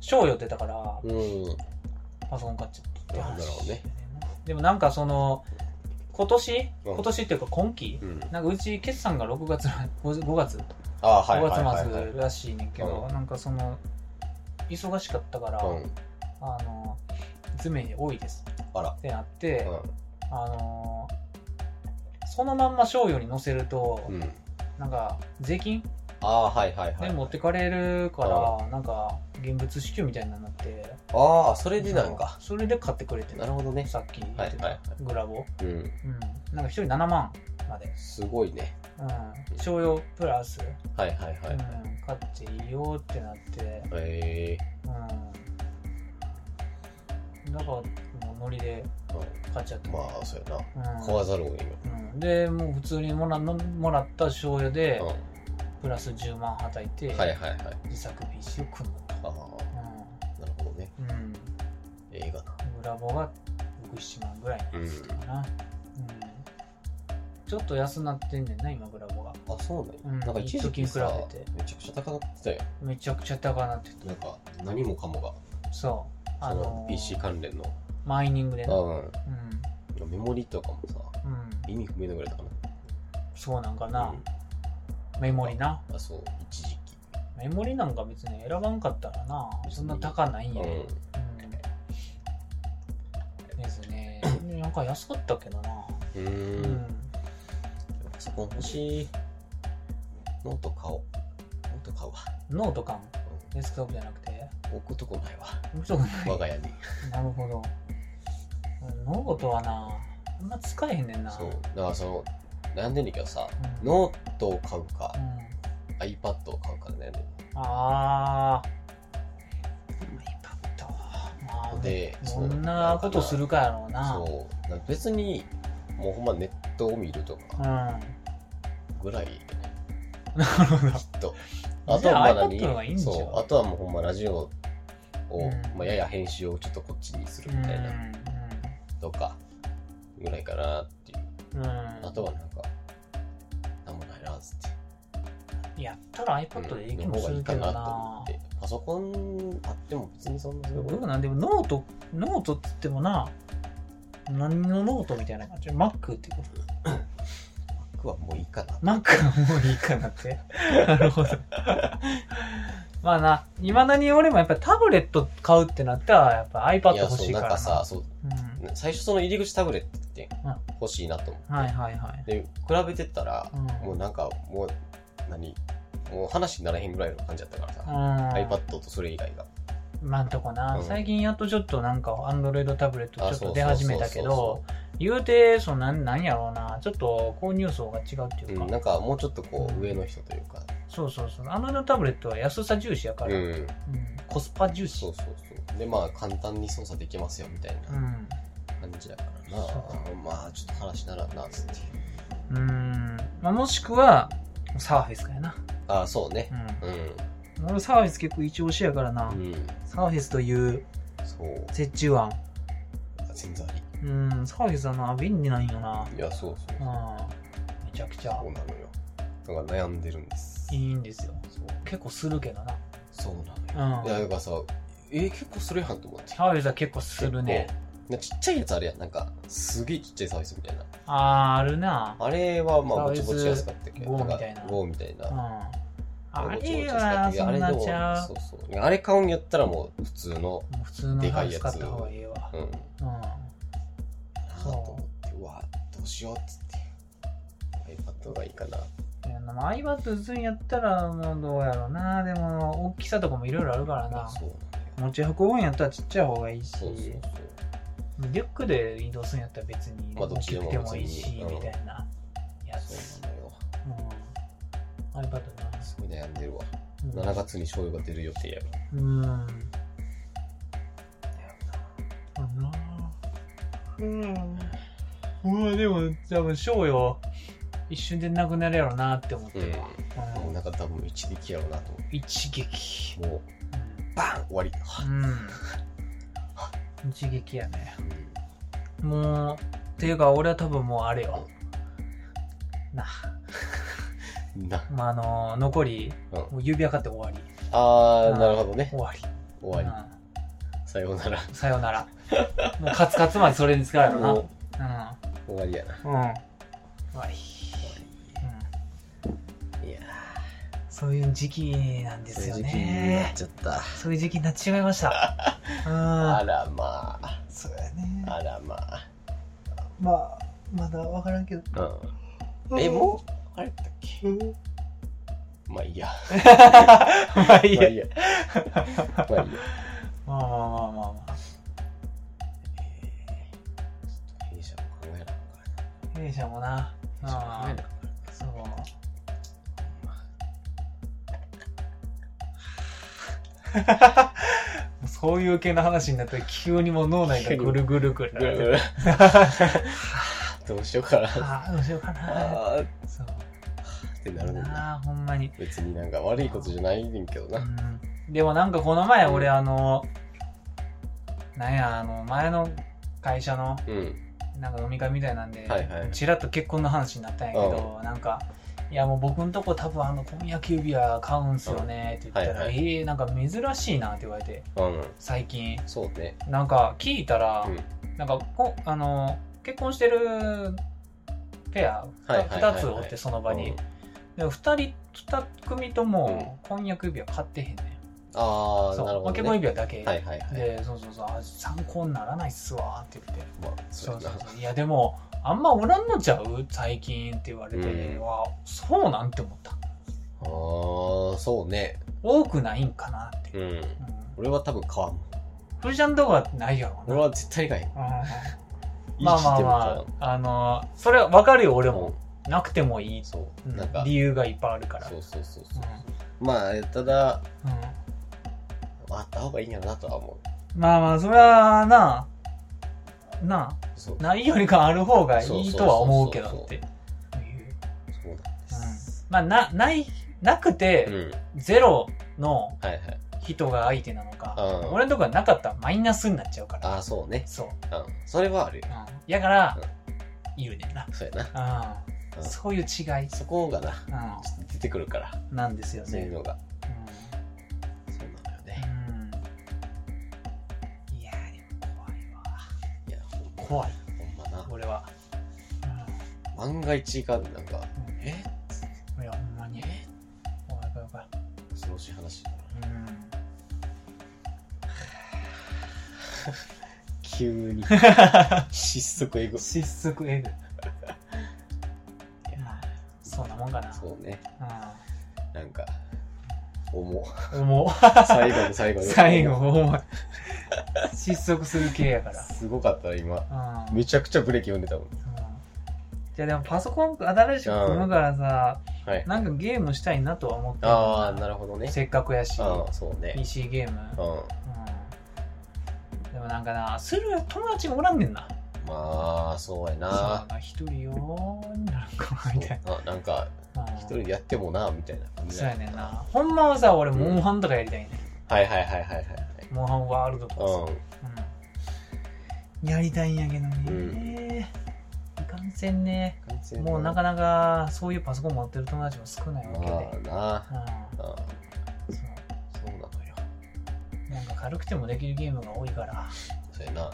Speaker 1: 賞寄ってたから
Speaker 2: うん。
Speaker 1: パソコン買っちゃったって話
Speaker 2: なるほどね
Speaker 1: でもなんかその今年
Speaker 2: うん
Speaker 1: 今年っていうか今期、
Speaker 2: うん。
Speaker 1: なんかうち決算が6月ら5 5月
Speaker 2: ああ、は
Speaker 1: 5
Speaker 2: いはいはい
Speaker 1: 月
Speaker 2: はい。
Speaker 1: 末らしいねんけど、
Speaker 2: う
Speaker 1: なんかその忙しかったから、
Speaker 2: うん。
Speaker 1: あの詰めに多いです
Speaker 2: あら
Speaker 1: っ。てなって、
Speaker 2: う
Speaker 1: あのそのまんま賞与に載せると、
Speaker 2: ん。うん。
Speaker 1: なんか税金
Speaker 2: ああ、はいはいは
Speaker 1: で
Speaker 2: い。
Speaker 1: 持ってかれるから、なんか現物支給みたいになって
Speaker 2: ああ、それでなんか。
Speaker 1: それで買ってくれて
Speaker 2: なるほどね。
Speaker 1: さっき言って
Speaker 2: はいはいは
Speaker 1: た
Speaker 2: い
Speaker 1: グラボ、
Speaker 2: うん。
Speaker 1: うん、なんか一人7万まで、
Speaker 2: すごいね。
Speaker 1: うん、商用プラス、
Speaker 2: はいはいは
Speaker 1: う
Speaker 2: い
Speaker 1: ん。、買っていいよってなって、
Speaker 2: へえ。
Speaker 1: うん、だからもうノリで
Speaker 2: うん
Speaker 1: 買っちゃって、
Speaker 2: まあ、そうやな。
Speaker 1: うん
Speaker 2: 買わざるを得ない。
Speaker 1: うん、でもう普通にもらのもらった商用で、
Speaker 2: うん。
Speaker 1: プラス10万はたいて、
Speaker 2: はいはいはい。
Speaker 1: 自作 PC を組むと、
Speaker 2: ああ、なるほどね。
Speaker 1: うんうん
Speaker 2: 映画な。
Speaker 1: グラボが6、7万ぐらいのやつかな、うんちょっと安なってんねんな、今グラボが。
Speaker 2: あ、そうなんや。
Speaker 1: うん
Speaker 2: なんか一時期
Speaker 1: 一
Speaker 2: さ
Speaker 1: 時に比べて
Speaker 2: めちゃくちゃ高かったよ。
Speaker 1: めちゃくちゃ高くなって
Speaker 2: なんか、何もかもが、
Speaker 1: た。そう。あ
Speaker 2: そ
Speaker 1: の
Speaker 2: の PC 関連の。
Speaker 1: マイニングでね。
Speaker 2: う
Speaker 1: うん。
Speaker 2: ん。メモリとかもさ、
Speaker 1: うん。
Speaker 2: 意味不明なぐらいだから。
Speaker 1: そうなんかな
Speaker 2: う。ん
Speaker 1: メモリな。
Speaker 2: あ、そう、一時期。
Speaker 1: メモリなんか別に選ばんかったらな。そんな高ないん
Speaker 2: う
Speaker 1: や。
Speaker 2: ん。
Speaker 1: うん。ですね。なんか安かったけどな。
Speaker 2: う
Speaker 1: う
Speaker 2: ーん。
Speaker 1: ん。
Speaker 2: パソコン欲しい。ノート買おう。ノート買うわ。
Speaker 1: ノートかも。デスクトップじゃなくて。
Speaker 2: うん置くとこないわ。
Speaker 1: 面白くない。
Speaker 2: 我が家に。
Speaker 1: なるほど。ノートはな、あんま使えへんねんな。
Speaker 2: そう。だからその、悩んでんねんけどさ、
Speaker 1: うん
Speaker 2: ノートを買うか
Speaker 1: う、ん
Speaker 2: iPad を買うかで悩んでんねん
Speaker 1: ああ。iPad はまあ、
Speaker 2: で
Speaker 1: どんなことするかやろうな。
Speaker 2: そうなんか別にもうほんまネットを見ると
Speaker 1: うん。
Speaker 2: か
Speaker 1: な
Speaker 2: ぐらいでね、
Speaker 1: るほど。
Speaker 2: きっと
Speaker 1: あ
Speaker 2: あとはまあ
Speaker 1: じゃあ iPad の方がいいん
Speaker 2: 何
Speaker 1: じゃん
Speaker 2: そうあとはもうほんまラジオを、
Speaker 1: うん
Speaker 2: まあ、やや編集をちょっとこっちにする
Speaker 1: うん
Speaker 2: みたいなとかぐらいかなっていう
Speaker 1: うん。
Speaker 2: あとはなんかなんもないなっつって
Speaker 1: やったら
Speaker 2: うん
Speaker 1: iPad でいい気
Speaker 2: の
Speaker 1: も
Speaker 2: 方
Speaker 1: す
Speaker 2: がい
Speaker 1: る
Speaker 2: い
Speaker 1: けど
Speaker 2: かなと思
Speaker 1: な
Speaker 2: っ。てパソコンあっても別にそんなすごい
Speaker 1: 僕なんでもノート、ノートっつってもな、何のノートみたいな感じ。Mac ってこと
Speaker 2: Mac はもういいかな
Speaker 1: Mac はもういいかなって。なるほど。 *laughs* まあな、いまだに俺もやっぱりタブレット買うってなったら、やっぱ iPad
Speaker 2: いや
Speaker 1: 欲
Speaker 2: そ
Speaker 1: し
Speaker 2: う
Speaker 1: いか
Speaker 2: な
Speaker 1: らな。
Speaker 2: んかさそう
Speaker 1: うん
Speaker 2: 最初その入り口タブレットって欲しいなと思って、
Speaker 1: はいはいはい。
Speaker 2: で比べてったら、もうなんかもう何もう話にならへんぐらいの感じだったからさ、
Speaker 1: うん、
Speaker 2: iPad とそれ以外が
Speaker 1: 今んとこな、
Speaker 2: うん
Speaker 1: 最近やっとちょっとなんか Android タブレットちょっ
Speaker 2: あそうそうそうそう
Speaker 1: と出始めたけど言うてそのなんなんやろうなちょっと購入層が違うっていうか、
Speaker 2: うん、なんかもうちょっとこう上の人というか
Speaker 1: そうそうそう Android タブレットは安さ重視やか
Speaker 2: う
Speaker 1: ら、
Speaker 2: ん、
Speaker 1: うんコスパ重視
Speaker 2: そうそうそうでまあ簡単に操作できますよみたいなん感じだからな、
Speaker 1: そう
Speaker 2: まあちょっと話にならんなっつって
Speaker 1: うん、まあ、もしくはサーフェスかやな、
Speaker 2: ああそうね
Speaker 1: う
Speaker 2: うん
Speaker 1: ん、俺サーフェス結構一押しやからな、
Speaker 2: うん、
Speaker 1: サーフェスという
Speaker 2: そう
Speaker 1: 折衷案
Speaker 2: だから全然あり
Speaker 1: うん、サービスだな、便利なんよな。
Speaker 2: いやそうそう
Speaker 1: う、
Speaker 2: そうん
Speaker 1: めちゃくちゃ
Speaker 2: そうなのよだから悩んでるんです
Speaker 1: いいんですよ。
Speaker 2: そう
Speaker 1: 結構するけどな。
Speaker 2: そうなのよ、
Speaker 1: うん
Speaker 2: いやだからさえー結構それやんと思って
Speaker 1: サービスは結構するね。
Speaker 2: なちっちゃいやつあれやんなんかすげえちっちゃいサービスみたいな
Speaker 1: あー、あるな。
Speaker 2: あれはまあ
Speaker 1: サー
Speaker 2: ぼ
Speaker 1: ビ
Speaker 2: ち
Speaker 1: ス
Speaker 2: ぼち安かったけど
Speaker 1: ゴー
Speaker 2: んか
Speaker 1: みたいな
Speaker 2: ゴーみたいな、
Speaker 1: うん。あ
Speaker 2: ぼちぼち
Speaker 1: れ
Speaker 2: 安か
Speaker 1: は、
Speaker 2: ったけ
Speaker 1: そん
Speaker 2: ど
Speaker 1: な
Speaker 2: あれでも
Speaker 1: ちゃう。
Speaker 2: そうそうあれ買うんやったらもう普通の
Speaker 1: もう普通のハウス買った方がいいわ
Speaker 2: う。ん
Speaker 1: う
Speaker 2: な
Speaker 1: ん。
Speaker 2: あと思ってうわどうしようっつって iPad がいいかな
Speaker 1: でも iPad 普通にやったら、もうどうやろうな。でも、大きさとかもいろいろあるからな。
Speaker 2: そうなんだよ
Speaker 1: 持ち運ぶんやったらちっちゃい方がいいし、
Speaker 2: そうそうそう
Speaker 1: リュックで移動するんやったら別に
Speaker 2: まあど
Speaker 1: 大
Speaker 2: っち
Speaker 1: き
Speaker 2: で
Speaker 1: く
Speaker 2: も
Speaker 1: てもいいし、
Speaker 2: 別にうん
Speaker 1: みたいなや
Speaker 2: そ
Speaker 1: つ
Speaker 2: う。なのよ
Speaker 1: うん。iPad
Speaker 2: すごい悩んでるわ
Speaker 1: な。
Speaker 2: 7月に醤油が出る予定やろ
Speaker 1: うん。うん。うん。うわ、でも、多分、ショーよ。一瞬でなくなるやろなって思ってるわ。
Speaker 2: も
Speaker 1: う
Speaker 2: うんなんか多分一撃やろうなと思
Speaker 1: 一撃。
Speaker 2: ってもうバン終わり
Speaker 1: うん。一撃やね。
Speaker 2: うん
Speaker 1: もう、っていうか、俺は多分もうあれよ。な、
Speaker 2: な
Speaker 1: まあ、あの、残り、
Speaker 2: うん
Speaker 1: もう指輪買って終わり。
Speaker 2: あ
Speaker 1: う
Speaker 2: ー
Speaker 1: ん
Speaker 2: なるほどね
Speaker 1: 終わり。
Speaker 2: 終わ
Speaker 1: り。
Speaker 2: りさようなら
Speaker 1: さよなら。もうカツカツまでそれに使うやろな。
Speaker 2: も
Speaker 1: う。
Speaker 2: う終わりやなん
Speaker 1: うん。終わり。うん。
Speaker 2: いや
Speaker 1: そういう時期なんで
Speaker 2: ー
Speaker 1: すよ
Speaker 2: 正直になっ
Speaker 1: ね。
Speaker 2: ちゃった
Speaker 1: そういう時期になっちまいました。 *laughs*
Speaker 2: あ
Speaker 1: う
Speaker 2: らまあ
Speaker 1: ん。そうやね。
Speaker 2: あらまあ
Speaker 1: まあ、まだわからんけど。
Speaker 2: うんえもうあれだったっけ
Speaker 1: うん
Speaker 2: まあいいや
Speaker 1: ま *laughs* あいい
Speaker 2: まあ
Speaker 1: や。
Speaker 2: いいやまあいいや
Speaker 1: まあまあまあまあまあ。
Speaker 2: えーちょっと弊社も考えなあかんからな
Speaker 1: 弊社もな。
Speaker 2: 弊社も
Speaker 1: あ
Speaker 2: 考えなあかんからな
Speaker 1: あ、そう。そういう系の話になったら急にもう脳内がぐるぐるぐる。
Speaker 2: ぐるぐる *laughs* どうしようかな
Speaker 1: ああ、どうしようかな。
Speaker 2: あーっ
Speaker 1: そう。
Speaker 2: てなるねんな
Speaker 1: ああ、ほんまに。
Speaker 2: 別になんか悪いことじゃないねんけどな
Speaker 1: うんでもなんかこの前俺あの、なんや、あの、前の会社の
Speaker 2: うん
Speaker 1: なんか飲み会みたいなんで、
Speaker 2: はいはい
Speaker 1: ちらっと結婚の話になったんやけど、なんか、いやもう僕んとこ多分あの婚約指輪買うんすよねって言ったら、
Speaker 2: はいはい
Speaker 1: えー、なんか珍しいなって言われて、
Speaker 2: うん
Speaker 1: 最近。
Speaker 2: そうね
Speaker 1: なんか聞いたら、
Speaker 2: うん
Speaker 1: なんかこあの、結婚してるペア、
Speaker 2: はいはいはいはい
Speaker 1: 2つおってその場に。
Speaker 2: うん
Speaker 1: で2人、二組とも婚約指輪買ってへんねん。
Speaker 2: ああ
Speaker 1: そう
Speaker 2: なるほど、ね、
Speaker 1: 結婚指輪だけ。
Speaker 2: はいはいはい
Speaker 1: で、そうそうそう、あ参考にならないっすわーって言って。
Speaker 2: まあそ
Speaker 1: そう
Speaker 2: う
Speaker 1: そ
Speaker 2: や
Speaker 1: う
Speaker 2: な
Speaker 1: そういやでもあんまおらんのちゃう最近って言われて、
Speaker 2: うん
Speaker 1: わそうなんて思った
Speaker 2: ああそうね
Speaker 1: 多くないんかなって、
Speaker 2: うん
Speaker 1: うん、
Speaker 2: 俺は多分買わん
Speaker 1: 藤ちゃんとこはないやろ
Speaker 2: 俺
Speaker 1: な
Speaker 2: は絶対買えん
Speaker 1: うん、まあまあまああのそれは分かるよ俺
Speaker 2: で
Speaker 1: も
Speaker 2: も、
Speaker 1: なくてもいい、
Speaker 2: そう、
Speaker 1: うん
Speaker 2: なんか
Speaker 1: 理由がいっぱいあるから
Speaker 2: そうそうそうそう、まあただ
Speaker 1: うん
Speaker 2: あった方がいいんやろなとは思う
Speaker 1: まあまあそれはなな
Speaker 2: そう
Speaker 1: ないよりかある方がいいとは思うけどっていう
Speaker 2: そうなんです
Speaker 1: まあなないなく
Speaker 2: うん、
Speaker 1: てゼロの
Speaker 2: はいはい
Speaker 1: 人が相手なのか、
Speaker 2: うん
Speaker 1: 俺のとこはなかったらマイナスになっちゃうから
Speaker 2: ああそうね
Speaker 1: そう、
Speaker 2: うんそれはあるよ
Speaker 1: うん、やから、言うねんな、
Speaker 2: そうやな
Speaker 1: うん
Speaker 2: うん
Speaker 1: そういう違い、
Speaker 2: そこがな
Speaker 1: う
Speaker 2: ちょっと出てくるから
Speaker 1: ん、なんですよ
Speaker 2: そういう
Speaker 1: ね、
Speaker 2: のが
Speaker 1: うん
Speaker 2: そうなのよね
Speaker 1: うん、いやーでも怖いわ
Speaker 2: いやほん
Speaker 1: 怖い
Speaker 2: ほんまな
Speaker 1: 俺は、
Speaker 2: 万が一がなんか
Speaker 1: うんうん
Speaker 2: え
Speaker 1: いやほんまに怖い怖い怖い、
Speaker 2: 恐ろしい話
Speaker 1: うん、*laughs*
Speaker 2: 急に失速エゴ
Speaker 1: 失速
Speaker 2: *laughs*
Speaker 1: エグまあそんなもんかな
Speaker 2: そうねなんか
Speaker 1: *laughs*
Speaker 2: 重っ
Speaker 1: うん、重っ
Speaker 2: 最後の最後の
Speaker 1: 最後重い失速する系や
Speaker 2: *laughs*
Speaker 1: から
Speaker 2: すごかった今
Speaker 1: うん
Speaker 2: めちゃくちゃブレーキ読んでたもん
Speaker 1: じゃあでもパソコン新しく組むからさ、
Speaker 2: はい
Speaker 1: なんかゲームしたいなとは思ってる
Speaker 2: ああなるほどね
Speaker 1: せっかくやし、
Speaker 2: ああそうね
Speaker 1: PC ゲーム、
Speaker 2: うん
Speaker 1: うんでもなんかな、する友達がおらんねんな。
Speaker 2: まあそうや
Speaker 1: そう
Speaker 2: な
Speaker 1: な一人よーになるんかなみたい
Speaker 2: あなんか
Speaker 1: な。うん
Speaker 2: 一人でやってもなみたいな感じ
Speaker 1: そう
Speaker 2: だ
Speaker 1: や
Speaker 2: った
Speaker 1: ねんな。ほんまはさ、俺、モンハンとかやりたいね。
Speaker 2: はいはいはいはいはい
Speaker 1: モンハンワールドとか
Speaker 2: は
Speaker 1: さ。
Speaker 2: いうん
Speaker 1: うんやりたいんやけど
Speaker 2: う
Speaker 1: ね、いかんせんね
Speaker 2: 完全
Speaker 1: もうなかなかそういうパソコン持ってる友達も少ないわけで、
Speaker 2: まあな
Speaker 1: う
Speaker 2: あ
Speaker 1: んそ
Speaker 2: そうなのよ
Speaker 1: うなんか軽くてもできるゲームが多いから、
Speaker 2: そうやな
Speaker 1: うん、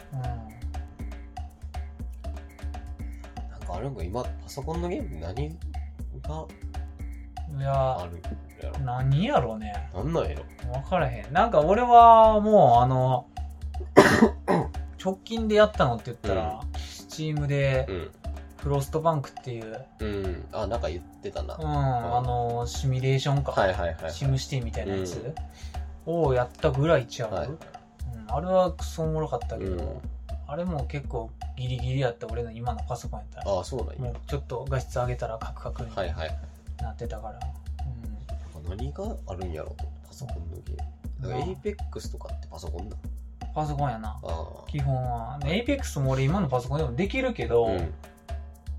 Speaker 2: なんかあるんか今パソコンのゲーム何が
Speaker 1: いや
Speaker 2: あるやろ
Speaker 1: 何やろうね
Speaker 2: なんなんやろ
Speaker 1: 分からへんなんか俺はもうあの直近でやったのって言ったら、スチームで
Speaker 2: うん
Speaker 1: フロストバンクっていう、
Speaker 2: うんあなんか言ってたな
Speaker 1: うん
Speaker 2: は
Speaker 1: あのシミュレーションか、
Speaker 2: いはいはいはい
Speaker 1: シムシティみたいなやつ、
Speaker 2: うん
Speaker 1: をやったぐらいちゃう、
Speaker 2: はい
Speaker 1: うん、あれはクソおもろかったけど、
Speaker 2: うん
Speaker 1: あれも結構ギリギリやった俺の今のパソコンやったら
Speaker 2: ああそうなん
Speaker 1: も
Speaker 2: や
Speaker 1: うちょっと画質上げたらカクカクに
Speaker 2: はいはいはい
Speaker 1: なってたから、
Speaker 2: 何があるんやろパソコンのゲーム
Speaker 1: う
Speaker 2: だ
Speaker 1: ん
Speaker 2: から APEX とかってパソコンだ
Speaker 1: うんパソコンやな
Speaker 2: ああ
Speaker 1: 基本はで APEX も俺今のパソコンでもできるけど、
Speaker 2: うん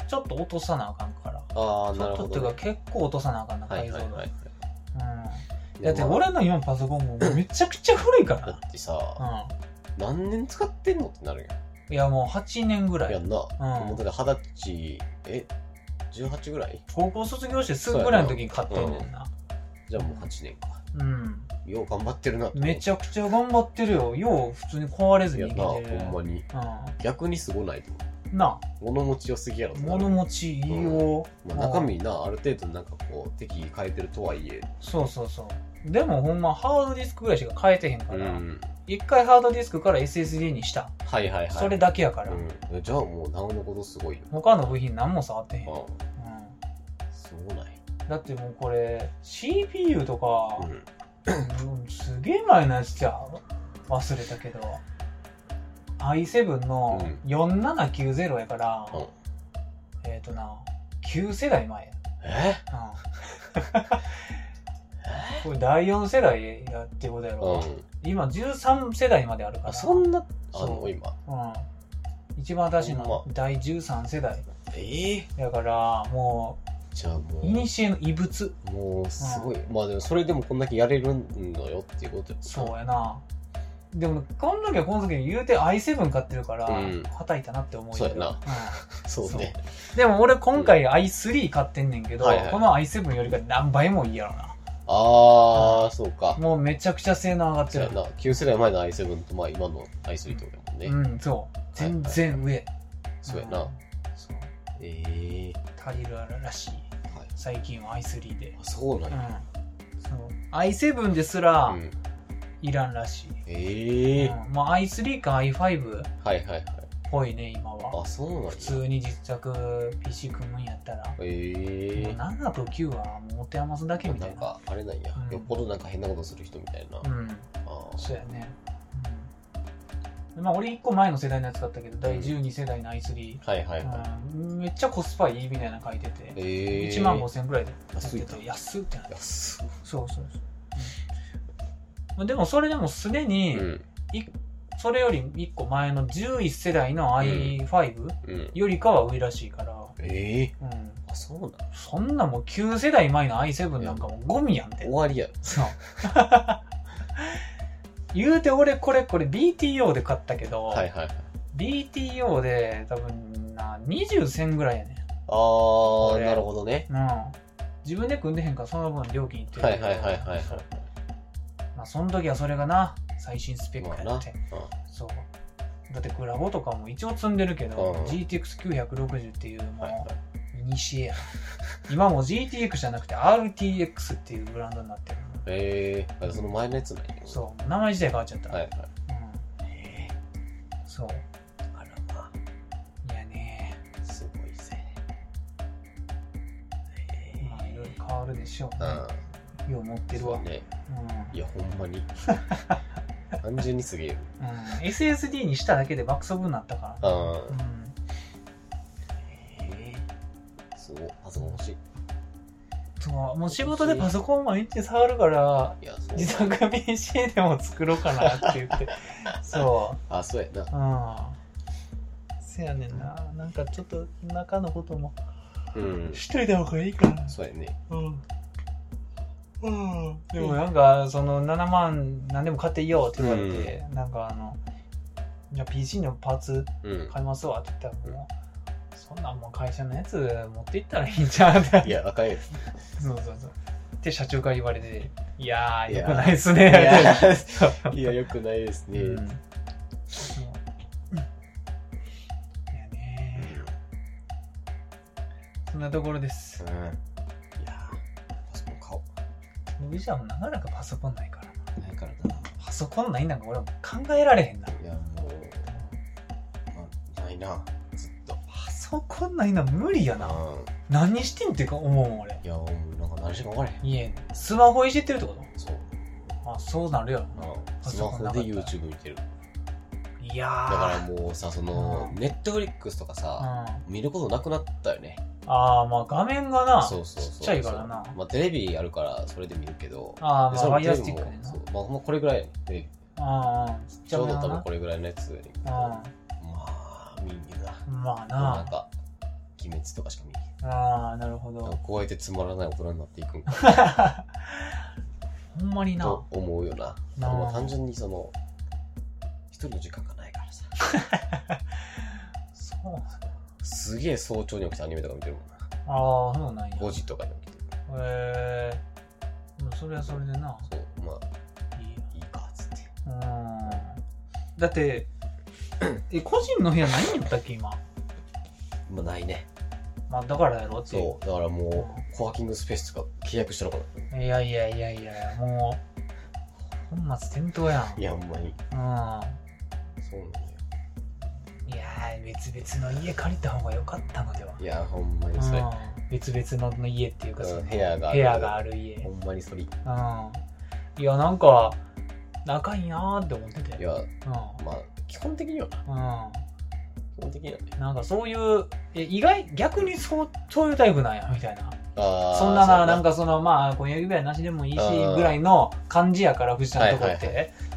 Speaker 1: ちょっと落とさなあかんから
Speaker 2: ああ
Speaker 1: ち
Speaker 2: な
Speaker 1: ょ
Speaker 2: る
Speaker 1: っと
Speaker 2: ほ
Speaker 1: ってい
Speaker 2: ど
Speaker 1: うか
Speaker 2: ね
Speaker 1: 結構落とさなあかんな
Speaker 2: は
Speaker 1: 解
Speaker 2: い
Speaker 1: 像
Speaker 2: は
Speaker 1: 度、
Speaker 2: いはいはい
Speaker 1: うん、だって俺の今のパソコンもめちゃくちゃ古いか
Speaker 2: *laughs* だ
Speaker 1: ら
Speaker 2: ってさ、
Speaker 1: う
Speaker 2: 何年使ってんのってなる
Speaker 1: んいやもう8年ぐ
Speaker 2: や
Speaker 1: ら
Speaker 2: ん。
Speaker 1: い
Speaker 2: やんな。
Speaker 1: ん
Speaker 2: もうだって二十歳、え ?18 ぐらい
Speaker 1: 高校卒業してすぐぐらいの時に買ってんねんな
Speaker 2: じゃあもう8年か。
Speaker 1: うん、
Speaker 2: よう頑張ってるなって思う
Speaker 1: めちゃくちゃ頑張ってるよよう普通に壊れずに
Speaker 2: や
Speaker 1: い
Speaker 2: ん
Speaker 1: け
Speaker 2: な、ほ
Speaker 1: てる
Speaker 2: んまに。逆にすごないと思
Speaker 1: うん、なあ
Speaker 2: う。物持ち良すぎやろってなる
Speaker 1: 物持ちいいよ、
Speaker 2: まあ、中身な、ある程度なんかこう、敵変えてるとはいえ。
Speaker 1: そうそうそうでもほんまハードディスクぐらいしか変えてへんか
Speaker 2: う
Speaker 1: ら、
Speaker 2: ん。
Speaker 1: 一回ハードディスクから SSD にした、
Speaker 2: はいはいはい。
Speaker 1: それだけやから、
Speaker 2: うん。じゃあもう、なおのことすごいよ。
Speaker 1: 他の部品何も触ってへん、う
Speaker 2: ああ、すごない。
Speaker 1: ん、だってもうこれ CPU とか
Speaker 2: う、ん。
Speaker 1: うんすげえ前のやつじゃん忘れたけど i7 の
Speaker 2: う
Speaker 1: 4790やから、
Speaker 2: うん
Speaker 1: えっ、とな9世代前や
Speaker 2: え
Speaker 1: うんこれ第4世代やってことや
Speaker 2: う
Speaker 1: ろ、
Speaker 2: ん。
Speaker 1: 今13世代まであるから
Speaker 2: あ、そんな、あ
Speaker 1: そ
Speaker 2: の、
Speaker 1: う
Speaker 2: 今。
Speaker 1: うん、一番新しいの
Speaker 2: ほんま
Speaker 1: 第13世代
Speaker 2: ええ
Speaker 1: やからも
Speaker 2: じゃあも
Speaker 1: う
Speaker 2: う
Speaker 1: 古。の異物
Speaker 2: もうすごい、まあでもそれでもこんだけやれるのよっていうことよ
Speaker 1: そうやなでもこの時はこの時に言うて i7 買ってるから、
Speaker 2: うん
Speaker 1: はたいたなって思うよ
Speaker 2: そうやな *laughs* そう
Speaker 1: そう
Speaker 2: ね
Speaker 1: うんでも俺今回 i3 買ってんねんけど、
Speaker 2: はいはい
Speaker 1: この i7 よりが何倍もいいやろな
Speaker 2: ああそうか
Speaker 1: もうめちゃくちゃ性能上がって
Speaker 2: そう
Speaker 1: る
Speaker 2: やな旧世代前の i7 とまあ今の i3 ってことやもんね、
Speaker 1: うんそう全然上、
Speaker 2: そうやな、
Speaker 1: んそう
Speaker 2: ええ
Speaker 1: 足りるあるらしい
Speaker 2: はい
Speaker 1: 最近は i3 で
Speaker 2: あそうな
Speaker 1: うんん
Speaker 2: や、
Speaker 1: そう i7 です
Speaker 2: う
Speaker 1: ら
Speaker 2: ん
Speaker 1: いらんらしい、
Speaker 2: ええ
Speaker 1: うんまあ i3 か i5 っ
Speaker 2: はいはいはい
Speaker 1: ぽいね今は
Speaker 2: あそうなんや
Speaker 1: 普通に実着 PC 組むんやったら、もう
Speaker 2: ええ
Speaker 1: 7と9はもう持て余すだけみた
Speaker 2: ないん
Speaker 1: な
Speaker 2: かあれなんや、
Speaker 1: うん
Speaker 2: よっぽどなんか変なことする人みたいな、あ
Speaker 1: うん
Speaker 2: あ
Speaker 1: そうやね。うん、まあ俺1個前の世代のやつだったけど、第12世代の i3、
Speaker 2: はいはいはい、
Speaker 1: うんめっちゃコスパいいみたいなの書いてて、
Speaker 2: ええ
Speaker 1: 1万5000円ぐらいで売っ
Speaker 2: 安
Speaker 1: て
Speaker 2: い
Speaker 1: て、安っってなって。
Speaker 2: 安
Speaker 1: そうそうそう。うんまあでもそれでもすでに、
Speaker 2: うん
Speaker 1: それより1個前の11世代の i5
Speaker 2: うん
Speaker 1: よりかは上らしいから、
Speaker 2: ええ
Speaker 1: うん、
Speaker 2: あそうなん
Speaker 1: そんなもう9世代前の i7 なんかもうゴミやんて
Speaker 2: 終。わりやろ
Speaker 1: そう。 *laughs* 言うて俺これこれ BTO で買ったけど、
Speaker 2: はいはいはい
Speaker 1: BTO で多分な20銭ぐらいやね
Speaker 2: ああ
Speaker 1: れ
Speaker 2: なるほどね
Speaker 1: ん、うん、自分で組んでへんからその分料金いってる
Speaker 2: は
Speaker 1: け
Speaker 2: い
Speaker 1: ど
Speaker 2: はいはいはいはい。
Speaker 1: まあその時はそれがな最新スペックやって、
Speaker 2: ま
Speaker 1: そうだってクラボとかも一応積んでるけど、
Speaker 2: うん
Speaker 1: GTX960 っていう
Speaker 2: あはい
Speaker 1: もういにしえや今もう GTX じゃなくて RTX っていうブランドになってる
Speaker 2: ええその前のやつない
Speaker 1: そう名前自体変わっちゃった、
Speaker 2: はいはい。
Speaker 1: うん、
Speaker 2: ええ
Speaker 1: そう
Speaker 2: あらま
Speaker 1: いやね
Speaker 2: あ、すごいぜ。え
Speaker 1: まあいろいろ変わるでしょう
Speaker 2: う
Speaker 1: ね、
Speaker 2: ん。
Speaker 1: よう持ってるわ、
Speaker 2: そうね。
Speaker 1: うん
Speaker 2: いや、ほんま *laughs* に。単純にすげえよ。
Speaker 1: うん SSD にしただけで爆速になったから、
Speaker 2: あ
Speaker 1: うん、
Speaker 2: ええすごい。パソコン欲しい。
Speaker 1: そうもう仕事でパソコン毎日触るから
Speaker 2: いや、そう。
Speaker 1: 自宅 PC でも作ろうかなって言ってそ
Speaker 2: あ、そうやな。
Speaker 1: ううんせやねんななんかちょっと中のことも
Speaker 2: うん。
Speaker 1: しといた方がいいかな
Speaker 2: そうやね。
Speaker 1: うんうん、でもなんかその7万何でも買っていいよって言われて、なんかあのじゃあ PC のパーツ
Speaker 2: うん
Speaker 1: 買いますわって言ったらもう、そんなんもう会社のやつ持って行ったらいいんちゃうって
Speaker 2: いやあかんよ
Speaker 1: そうそうそう。って社長から言われて、いやー、
Speaker 2: いや
Speaker 1: よ
Speaker 2: ー
Speaker 1: くないっすね。
Speaker 2: いやー
Speaker 1: そう
Speaker 2: いやよくないですね、
Speaker 1: うんそううんいやねーそんなところです。
Speaker 2: うんいやパソコン買お
Speaker 1: ウィジャーもなかなかパソコンないから。
Speaker 2: うないから
Speaker 1: パソコンないなんか俺も考えられへんな。
Speaker 2: ないやもう、まあ、ないなずっと
Speaker 1: パソコンないな無理やな。
Speaker 2: うん
Speaker 1: 何してんってか思うもん俺。
Speaker 2: いやもうなんか何しても分からへん
Speaker 1: 家に。スマホいじってるってこ
Speaker 2: そう、
Speaker 1: とあ、そうなるやろな。
Speaker 2: うん、
Speaker 1: パ
Speaker 2: ス
Speaker 1: ソ
Speaker 2: マ
Speaker 1: コン
Speaker 2: ホ
Speaker 1: なかった
Speaker 2: で YouTube 見てる
Speaker 1: いや
Speaker 2: だ
Speaker 1: ー。
Speaker 2: からもうさその
Speaker 1: うん
Speaker 2: ネットフリックスとかさ、
Speaker 1: うん、
Speaker 2: 見ることなくなったよね
Speaker 1: あー、まあ画面がな、
Speaker 2: そうそうそう
Speaker 1: ちっちゃいからな。
Speaker 2: まあテレビあるからそれで見るけど
Speaker 1: あー、まあ
Speaker 2: でそれも
Speaker 1: ワイヤースティック
Speaker 2: テレ
Speaker 1: で
Speaker 2: ビ
Speaker 1: な。
Speaker 2: もそうまあほんまこれぐらいやねテレビ
Speaker 1: ああ、ちっ
Speaker 2: ち
Speaker 1: ちゃ
Speaker 2: ょう
Speaker 1: め
Speaker 2: ど
Speaker 1: な
Speaker 2: 多
Speaker 1: な
Speaker 2: 分これぐらいのやつやねんけどま
Speaker 1: あ
Speaker 2: あ見んな
Speaker 1: あまあ
Speaker 2: でもなん
Speaker 1: な
Speaker 2: か鬼滅とかしか見え
Speaker 1: ああなるほ
Speaker 2: へんなん
Speaker 1: ど
Speaker 2: かこうやってつまらない大人になっていくんか
Speaker 1: *laughs* ほんまにな
Speaker 2: と思うよな
Speaker 1: なあ
Speaker 2: もう単純にその一人の時間がないからさ
Speaker 1: そう
Speaker 2: すげえ早朝に起きてアニメとか見てるもんな
Speaker 1: ああそうなんや
Speaker 2: 5時とかに起きてる
Speaker 1: へえでもそれはそれでな
Speaker 2: そうまあ
Speaker 1: いい
Speaker 2: いいかっつって
Speaker 1: やうんだってえ個人の部屋ないんやったっけ今
Speaker 2: まあないね
Speaker 1: まあだからやろっていう
Speaker 2: そうだからもうコワーキングスペースとか契約したのかない
Speaker 1: やいやいやいやもう本末転倒やん
Speaker 2: いやほんまに
Speaker 1: う
Speaker 2: そうなのよ
Speaker 1: んいやー別々の家借りた方が良かったのではい
Speaker 2: やほんまにそれ、
Speaker 1: うん別々の家っていうかその
Speaker 2: 部屋が
Speaker 1: 部屋があ
Speaker 2: る
Speaker 1: る家
Speaker 2: ほんまにそれい
Speaker 1: うんいやなんか仲いいなーって思ってて
Speaker 2: や
Speaker 1: うん
Speaker 2: まあ基本的にはな
Speaker 1: う
Speaker 2: 基本的にはね
Speaker 1: んなんかそういうえ意外逆にそうそういうタイプなんやみたいな
Speaker 2: あー
Speaker 1: そんな
Speaker 2: うや
Speaker 1: ななんかそのまあ婚約指輪なしでもいいし
Speaker 2: あー
Speaker 1: ぐらいの感じやから藤田のとこって、
Speaker 2: はい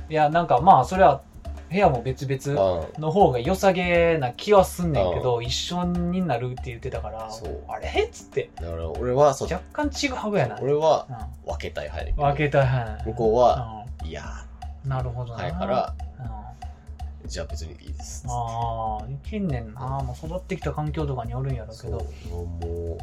Speaker 2: いは
Speaker 1: やなんかまあそれは部屋も別々
Speaker 2: うん
Speaker 1: の方が良さげな気はすんねんけど一緒になるって言ってたから
Speaker 2: そう
Speaker 1: あれっつって
Speaker 2: だから俺はそっち
Speaker 1: 若干ちぐはぐやな、うん、
Speaker 2: 俺は分けたい派やねんけど
Speaker 1: 分けたい派なんや
Speaker 2: 向こうは、いや
Speaker 1: うん、なるほど
Speaker 2: ー
Speaker 1: な、
Speaker 2: 早いから
Speaker 1: うん
Speaker 2: じゃあ別にいいです
Speaker 1: ああ、いけんねんな。もう育ってきた環境とかによるんやろうけ
Speaker 2: そう
Speaker 1: ど。
Speaker 2: もう
Speaker 1: うん。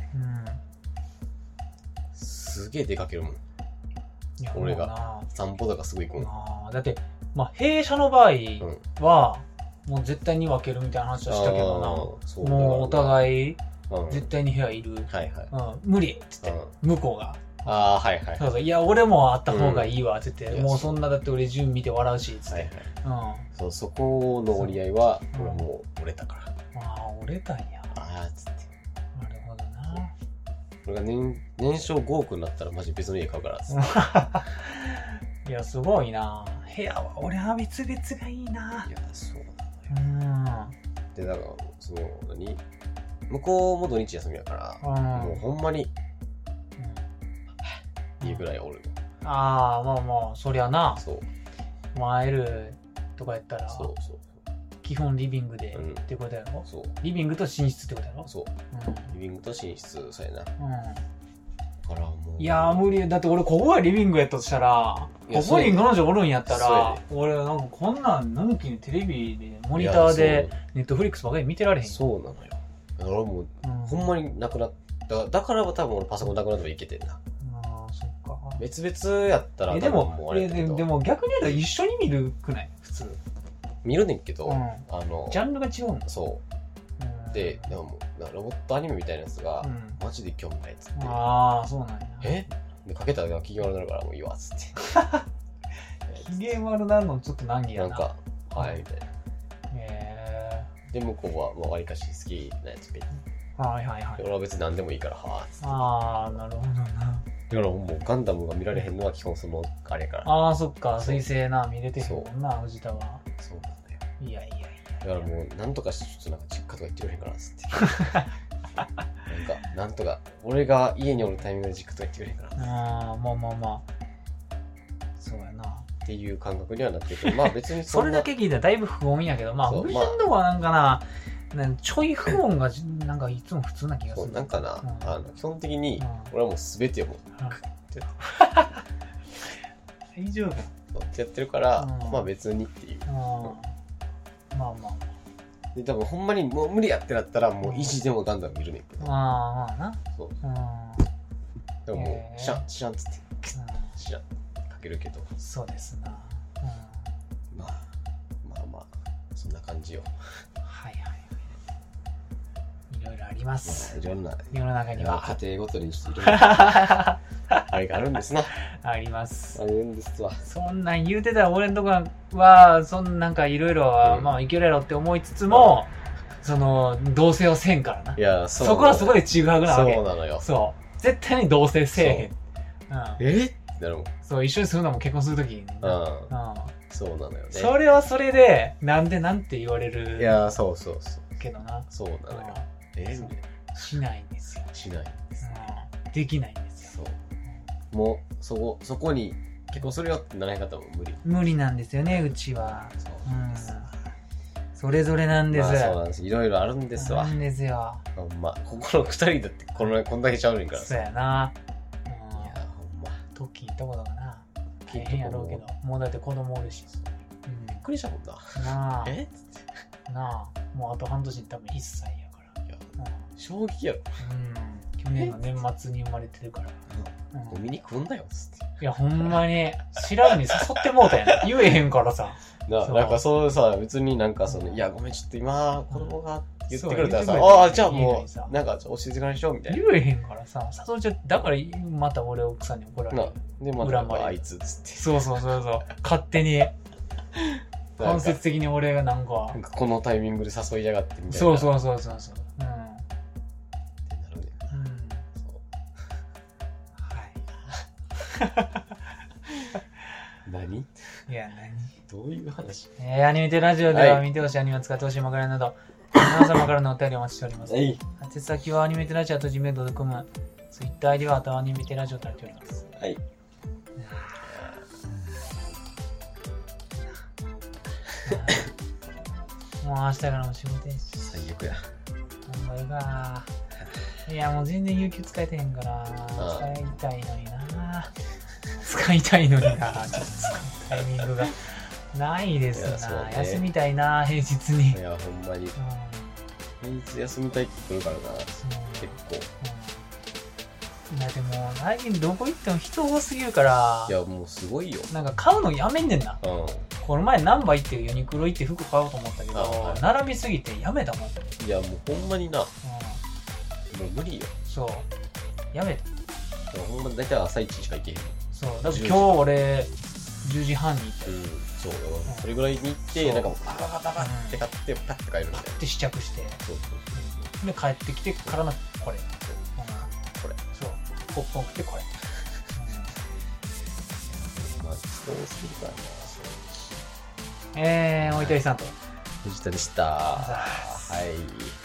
Speaker 2: すげえ出かけるもん
Speaker 1: いや
Speaker 2: 俺が
Speaker 1: も
Speaker 2: 散歩とかすぐ行く
Speaker 1: う
Speaker 2: もん
Speaker 1: なあーだって、まあ、弊社の場合は、もう絶対に分けるみたいな話はしたけどな。も
Speaker 2: なそううだから
Speaker 1: お互い、
Speaker 2: うん
Speaker 1: 絶対に部屋いる。うん、
Speaker 2: はいはい
Speaker 1: 無理って言
Speaker 2: う
Speaker 1: っ
Speaker 2: ん
Speaker 1: て、向こうが。
Speaker 2: ああはいはい
Speaker 1: そうそういや、俺もあった方がいいわって言って、
Speaker 2: うん
Speaker 1: もうそんなだって俺順見て笑うし、つっ
Speaker 2: は
Speaker 1: て。
Speaker 2: いはい
Speaker 1: うん。あ
Speaker 2: そうそこの折り合いは
Speaker 1: そう
Speaker 2: 俺もう折れたから
Speaker 1: あ、折れたんや。
Speaker 2: ああっつって
Speaker 1: なるほどな。
Speaker 2: 俺が年年商5億になったらマジ別の家買うからっつって
Speaker 1: い
Speaker 2: *laughs*
Speaker 1: や、すごいな。部屋は俺は別々がいいな。
Speaker 2: いやそうなのよ
Speaker 1: うん。
Speaker 2: でだからその何向こうも土日休みやからもう
Speaker 1: う
Speaker 2: ほんま
Speaker 1: ん。
Speaker 2: にいいぐら
Speaker 1: い。
Speaker 2: いおるよ
Speaker 1: ああ、まあまあ、そりゃな、
Speaker 2: そう
Speaker 1: もう会えるとかやったら、
Speaker 2: そうそう
Speaker 1: 基本リビングで
Speaker 2: うん
Speaker 1: ってことやろ
Speaker 2: そう
Speaker 1: リビングと寝室ってことやろ
Speaker 2: そうリビングと寝室そうやなだ
Speaker 1: うん。
Speaker 2: からも
Speaker 1: うん。
Speaker 2: う
Speaker 1: いやー、無理。だって俺、ここがリビングやったとしたら、
Speaker 2: い
Speaker 1: こ
Speaker 2: やそ
Speaker 1: こ
Speaker 2: うや
Speaker 1: に
Speaker 2: ね
Speaker 1: 彼女おるんやった
Speaker 2: そうや
Speaker 1: ら
Speaker 2: ね、
Speaker 1: 俺、なんかこんなん、のんきにテレビで、モニターで、ネットフリックスばっかり見てられへん。
Speaker 2: そうそうなのよだからもう
Speaker 1: うん。
Speaker 2: ほんまになくなっただから多分俺パソコンなくなってもいけてんな
Speaker 1: ああ、そっか。
Speaker 2: 別々やったら
Speaker 1: えで
Speaker 2: 多分もう
Speaker 1: も
Speaker 2: あ
Speaker 1: え
Speaker 2: れだけ
Speaker 1: で
Speaker 2: ど
Speaker 1: でも逆に言うと一緒に見るくない普通、
Speaker 2: 見るねんけど、
Speaker 1: うん、
Speaker 2: あの
Speaker 1: ジャンルが違うんだ
Speaker 2: そ
Speaker 1: うん
Speaker 2: うででもなロボットアニメみたいなやつが、
Speaker 1: うん
Speaker 2: マジで興味ないっつって
Speaker 1: ああそうなんや
Speaker 2: えでかけたら企業になるからもういいわっつって
Speaker 1: 機嫌悪なるのちょっと難儀や
Speaker 2: な
Speaker 1: なん
Speaker 2: かはいみたいな
Speaker 1: へ
Speaker 2: で向こうはまあわりかし好きなやつがいて
Speaker 1: えはいはいはい
Speaker 2: 俺は別に何でもいいからはあっつって
Speaker 1: ああなるほどな
Speaker 2: だからもうガンダムが見られへんのは基本そのあれやから
Speaker 1: ああそっか
Speaker 2: そう
Speaker 1: 水星な見れてへんもんな藤田は
Speaker 2: そうなんだよ
Speaker 1: いやいやい
Speaker 2: だか
Speaker 1: や
Speaker 2: ら
Speaker 1: いや
Speaker 2: もうなんとかしてちょっとなんか実家とか行ってくれへんから
Speaker 1: *laughs*
Speaker 2: っつってなんかなんとか俺が家におるタイミングで実家とか行ってくれへんから
Speaker 1: ああまあまあまあそうやな
Speaker 2: っていう感覚にはなってるけどまあ別に
Speaker 1: そ
Speaker 2: ん
Speaker 1: れ
Speaker 2: な
Speaker 1: だけ聞いたらだいぶ不穏やけどまあ
Speaker 2: そう
Speaker 1: 藤田のとこはなんかななんかちょい不穏がじなんかいつも普通な気が
Speaker 2: そ
Speaker 1: す
Speaker 2: う
Speaker 1: る
Speaker 2: なんかな、
Speaker 1: うん
Speaker 2: あの基本的に
Speaker 1: うん
Speaker 2: 俺はもう全てをもう
Speaker 1: *laughs* 大丈夫
Speaker 2: やってやってるから、
Speaker 1: うん
Speaker 2: まあ別にっていう
Speaker 1: うんままあまあ
Speaker 2: で多分ほんまにもう無理やってなったらもう意地でもガンダム見るねんけど、
Speaker 1: まあまあな
Speaker 2: そう
Speaker 1: うん
Speaker 2: でもも
Speaker 1: へ
Speaker 2: う
Speaker 1: ー
Speaker 2: シャンシャンっつって
Speaker 1: う
Speaker 2: シャンかけるけど
Speaker 1: んそうですなうん
Speaker 2: まあまあまあそんな感じよ、
Speaker 1: はいはいはいいろいろありま
Speaker 2: ますあ、いろんな
Speaker 1: 世の中には
Speaker 2: 家庭ごとにちょっといろんな
Speaker 1: *laughs* あ
Speaker 2: あれがあるんですな
Speaker 1: ります
Speaker 2: あるんですわ
Speaker 1: そんなん言うてたら俺んとこはそんなんかいろいろは
Speaker 2: うん
Speaker 1: まあいけるやろって思いつつも、その同棲をせんからない
Speaker 2: や
Speaker 1: そ
Speaker 2: そう
Speaker 1: こはそこでちぐはぐなわけ
Speaker 2: そ
Speaker 1: そう
Speaker 2: うなのよ
Speaker 1: 絶対に同棲せえへんそう,、
Speaker 2: えってなるもん
Speaker 1: ん、そう一緒にするのも結婚するときにな、
Speaker 2: うん
Speaker 1: うん
Speaker 2: そうなのよね
Speaker 1: それはそれでなんでなんて言われ
Speaker 2: い
Speaker 1: る
Speaker 2: やそうそうそう
Speaker 1: けどな、
Speaker 2: そうなのよ
Speaker 1: う
Speaker 2: え
Speaker 1: そう
Speaker 2: ー、みたい
Speaker 1: んしないんですよ、
Speaker 2: なしない
Speaker 1: うん、できないんですよ
Speaker 2: そうもうそこそこに結婚するよってならへんかったらもう無理
Speaker 1: 無理なんですよねうちは
Speaker 2: そう
Speaker 1: う
Speaker 2: なん
Speaker 1: ん
Speaker 2: です
Speaker 1: それぞれなんです、
Speaker 2: まあそうなんですいろいろあるんですわ
Speaker 1: なんですよ
Speaker 2: ほんまここの二人だってこのこんだけちゃうねんから
Speaker 1: そ
Speaker 2: さいう
Speaker 1: やな、
Speaker 2: やほんま
Speaker 1: うん、トッキー行ったことがな
Speaker 2: き
Speaker 1: 大
Speaker 2: っと
Speaker 1: 変やろうけどもうだって子供おるし、
Speaker 2: びっくりしたもんな
Speaker 1: うん、なあ
Speaker 2: えっつって
Speaker 1: なあもうあと半年で多分1歳やか
Speaker 2: いや
Speaker 1: ら、
Speaker 2: 衝撃やろ
Speaker 1: うん、去年の年末に生まれてるから、う
Speaker 2: ゴ
Speaker 1: ん、い
Speaker 2: ミに食うんだよっつって
Speaker 1: やほんまに知らんに誘ってもうた *laughs* やん言えへんからさ
Speaker 2: な
Speaker 1: そう
Speaker 2: なんかそうさ別になんかその
Speaker 1: う
Speaker 2: 「
Speaker 1: ん
Speaker 2: いやごめんちょっと今子供が」言ってくれたら
Speaker 1: そ
Speaker 2: さ「
Speaker 1: う言ってくれたら
Speaker 2: ああじゃあ
Speaker 1: いいの
Speaker 2: も
Speaker 1: にさ
Speaker 2: うなんか教えてくれましょう」みたい
Speaker 1: 言
Speaker 2: な
Speaker 1: えへんからさ誘っちゃだからまた俺奥さんに怒られ
Speaker 2: な
Speaker 1: る
Speaker 2: でまた
Speaker 1: 裏
Speaker 2: なん
Speaker 1: 回り
Speaker 2: かあいつっつっ
Speaker 1: そうそうそうそう勝手に
Speaker 2: てな
Speaker 1: 間
Speaker 2: んか
Speaker 1: 接的に俺がなんか
Speaker 2: なんかこのタイミングで誘いやがってみたいな
Speaker 1: そう
Speaker 2: う
Speaker 1: そうそうそうそううん、うん、は
Speaker 2: ってなるねんなそう何
Speaker 1: いいや何
Speaker 2: どういう話
Speaker 1: えー、アニメテラジオでは
Speaker 2: はい
Speaker 1: 見てほしいアニメを使ってほしい枕など、皆様からのお便りをお待ちしております。
Speaker 2: はい
Speaker 1: 宛先はアニメテラジオと gmail.com、Twitter ではあとはアニメテラジオとなっております。
Speaker 2: はい
Speaker 1: もう明日からも仕事やし、
Speaker 2: 最悪や
Speaker 1: 頑張るか。いや、もう全然有給使えてへんから、
Speaker 2: ん
Speaker 1: 使いたいのにな。使いたいのにな、ちょっと使うタイミングがないです
Speaker 2: いやそう
Speaker 1: な。
Speaker 2: ね
Speaker 1: 休みたいな、平日に。
Speaker 2: いやほんまに
Speaker 1: うん
Speaker 2: 平日休みたいって言ってくるからな
Speaker 1: そう
Speaker 2: 結構
Speaker 1: うんだってもう最近どこ行っても人多すぎるから
Speaker 2: いやもうすごいよ
Speaker 1: なんか買うのやめんねんな
Speaker 2: う
Speaker 1: この前ナンバ行ってユニクロ行って服買おうと思ったけ
Speaker 2: あは
Speaker 1: ど
Speaker 2: い
Speaker 1: 並びすぎてやめたもん、うん、
Speaker 2: んいやもうほんまになもう無理よ
Speaker 1: そうやめた
Speaker 2: いやほんま大体朝一しか行けへん
Speaker 1: そうだって今日俺10時半に行っ
Speaker 2: うんそう
Speaker 1: うん
Speaker 2: それぐらいに行っ
Speaker 1: そ
Speaker 2: て
Speaker 1: う
Speaker 2: なんかもうパパパパパって買ってパッて帰るみたいな
Speaker 1: て試着して
Speaker 2: そうそう
Speaker 1: で帰ってきてからのこれ、うん、
Speaker 2: これ
Speaker 1: そうポップコーン食ってこ
Speaker 2: *laughs*
Speaker 1: れ、
Speaker 2: そうまあ人多すぎるからなそう
Speaker 1: うんえー、おいたりさんと
Speaker 2: 藤田でした
Speaker 1: ありがとうございま
Speaker 2: はい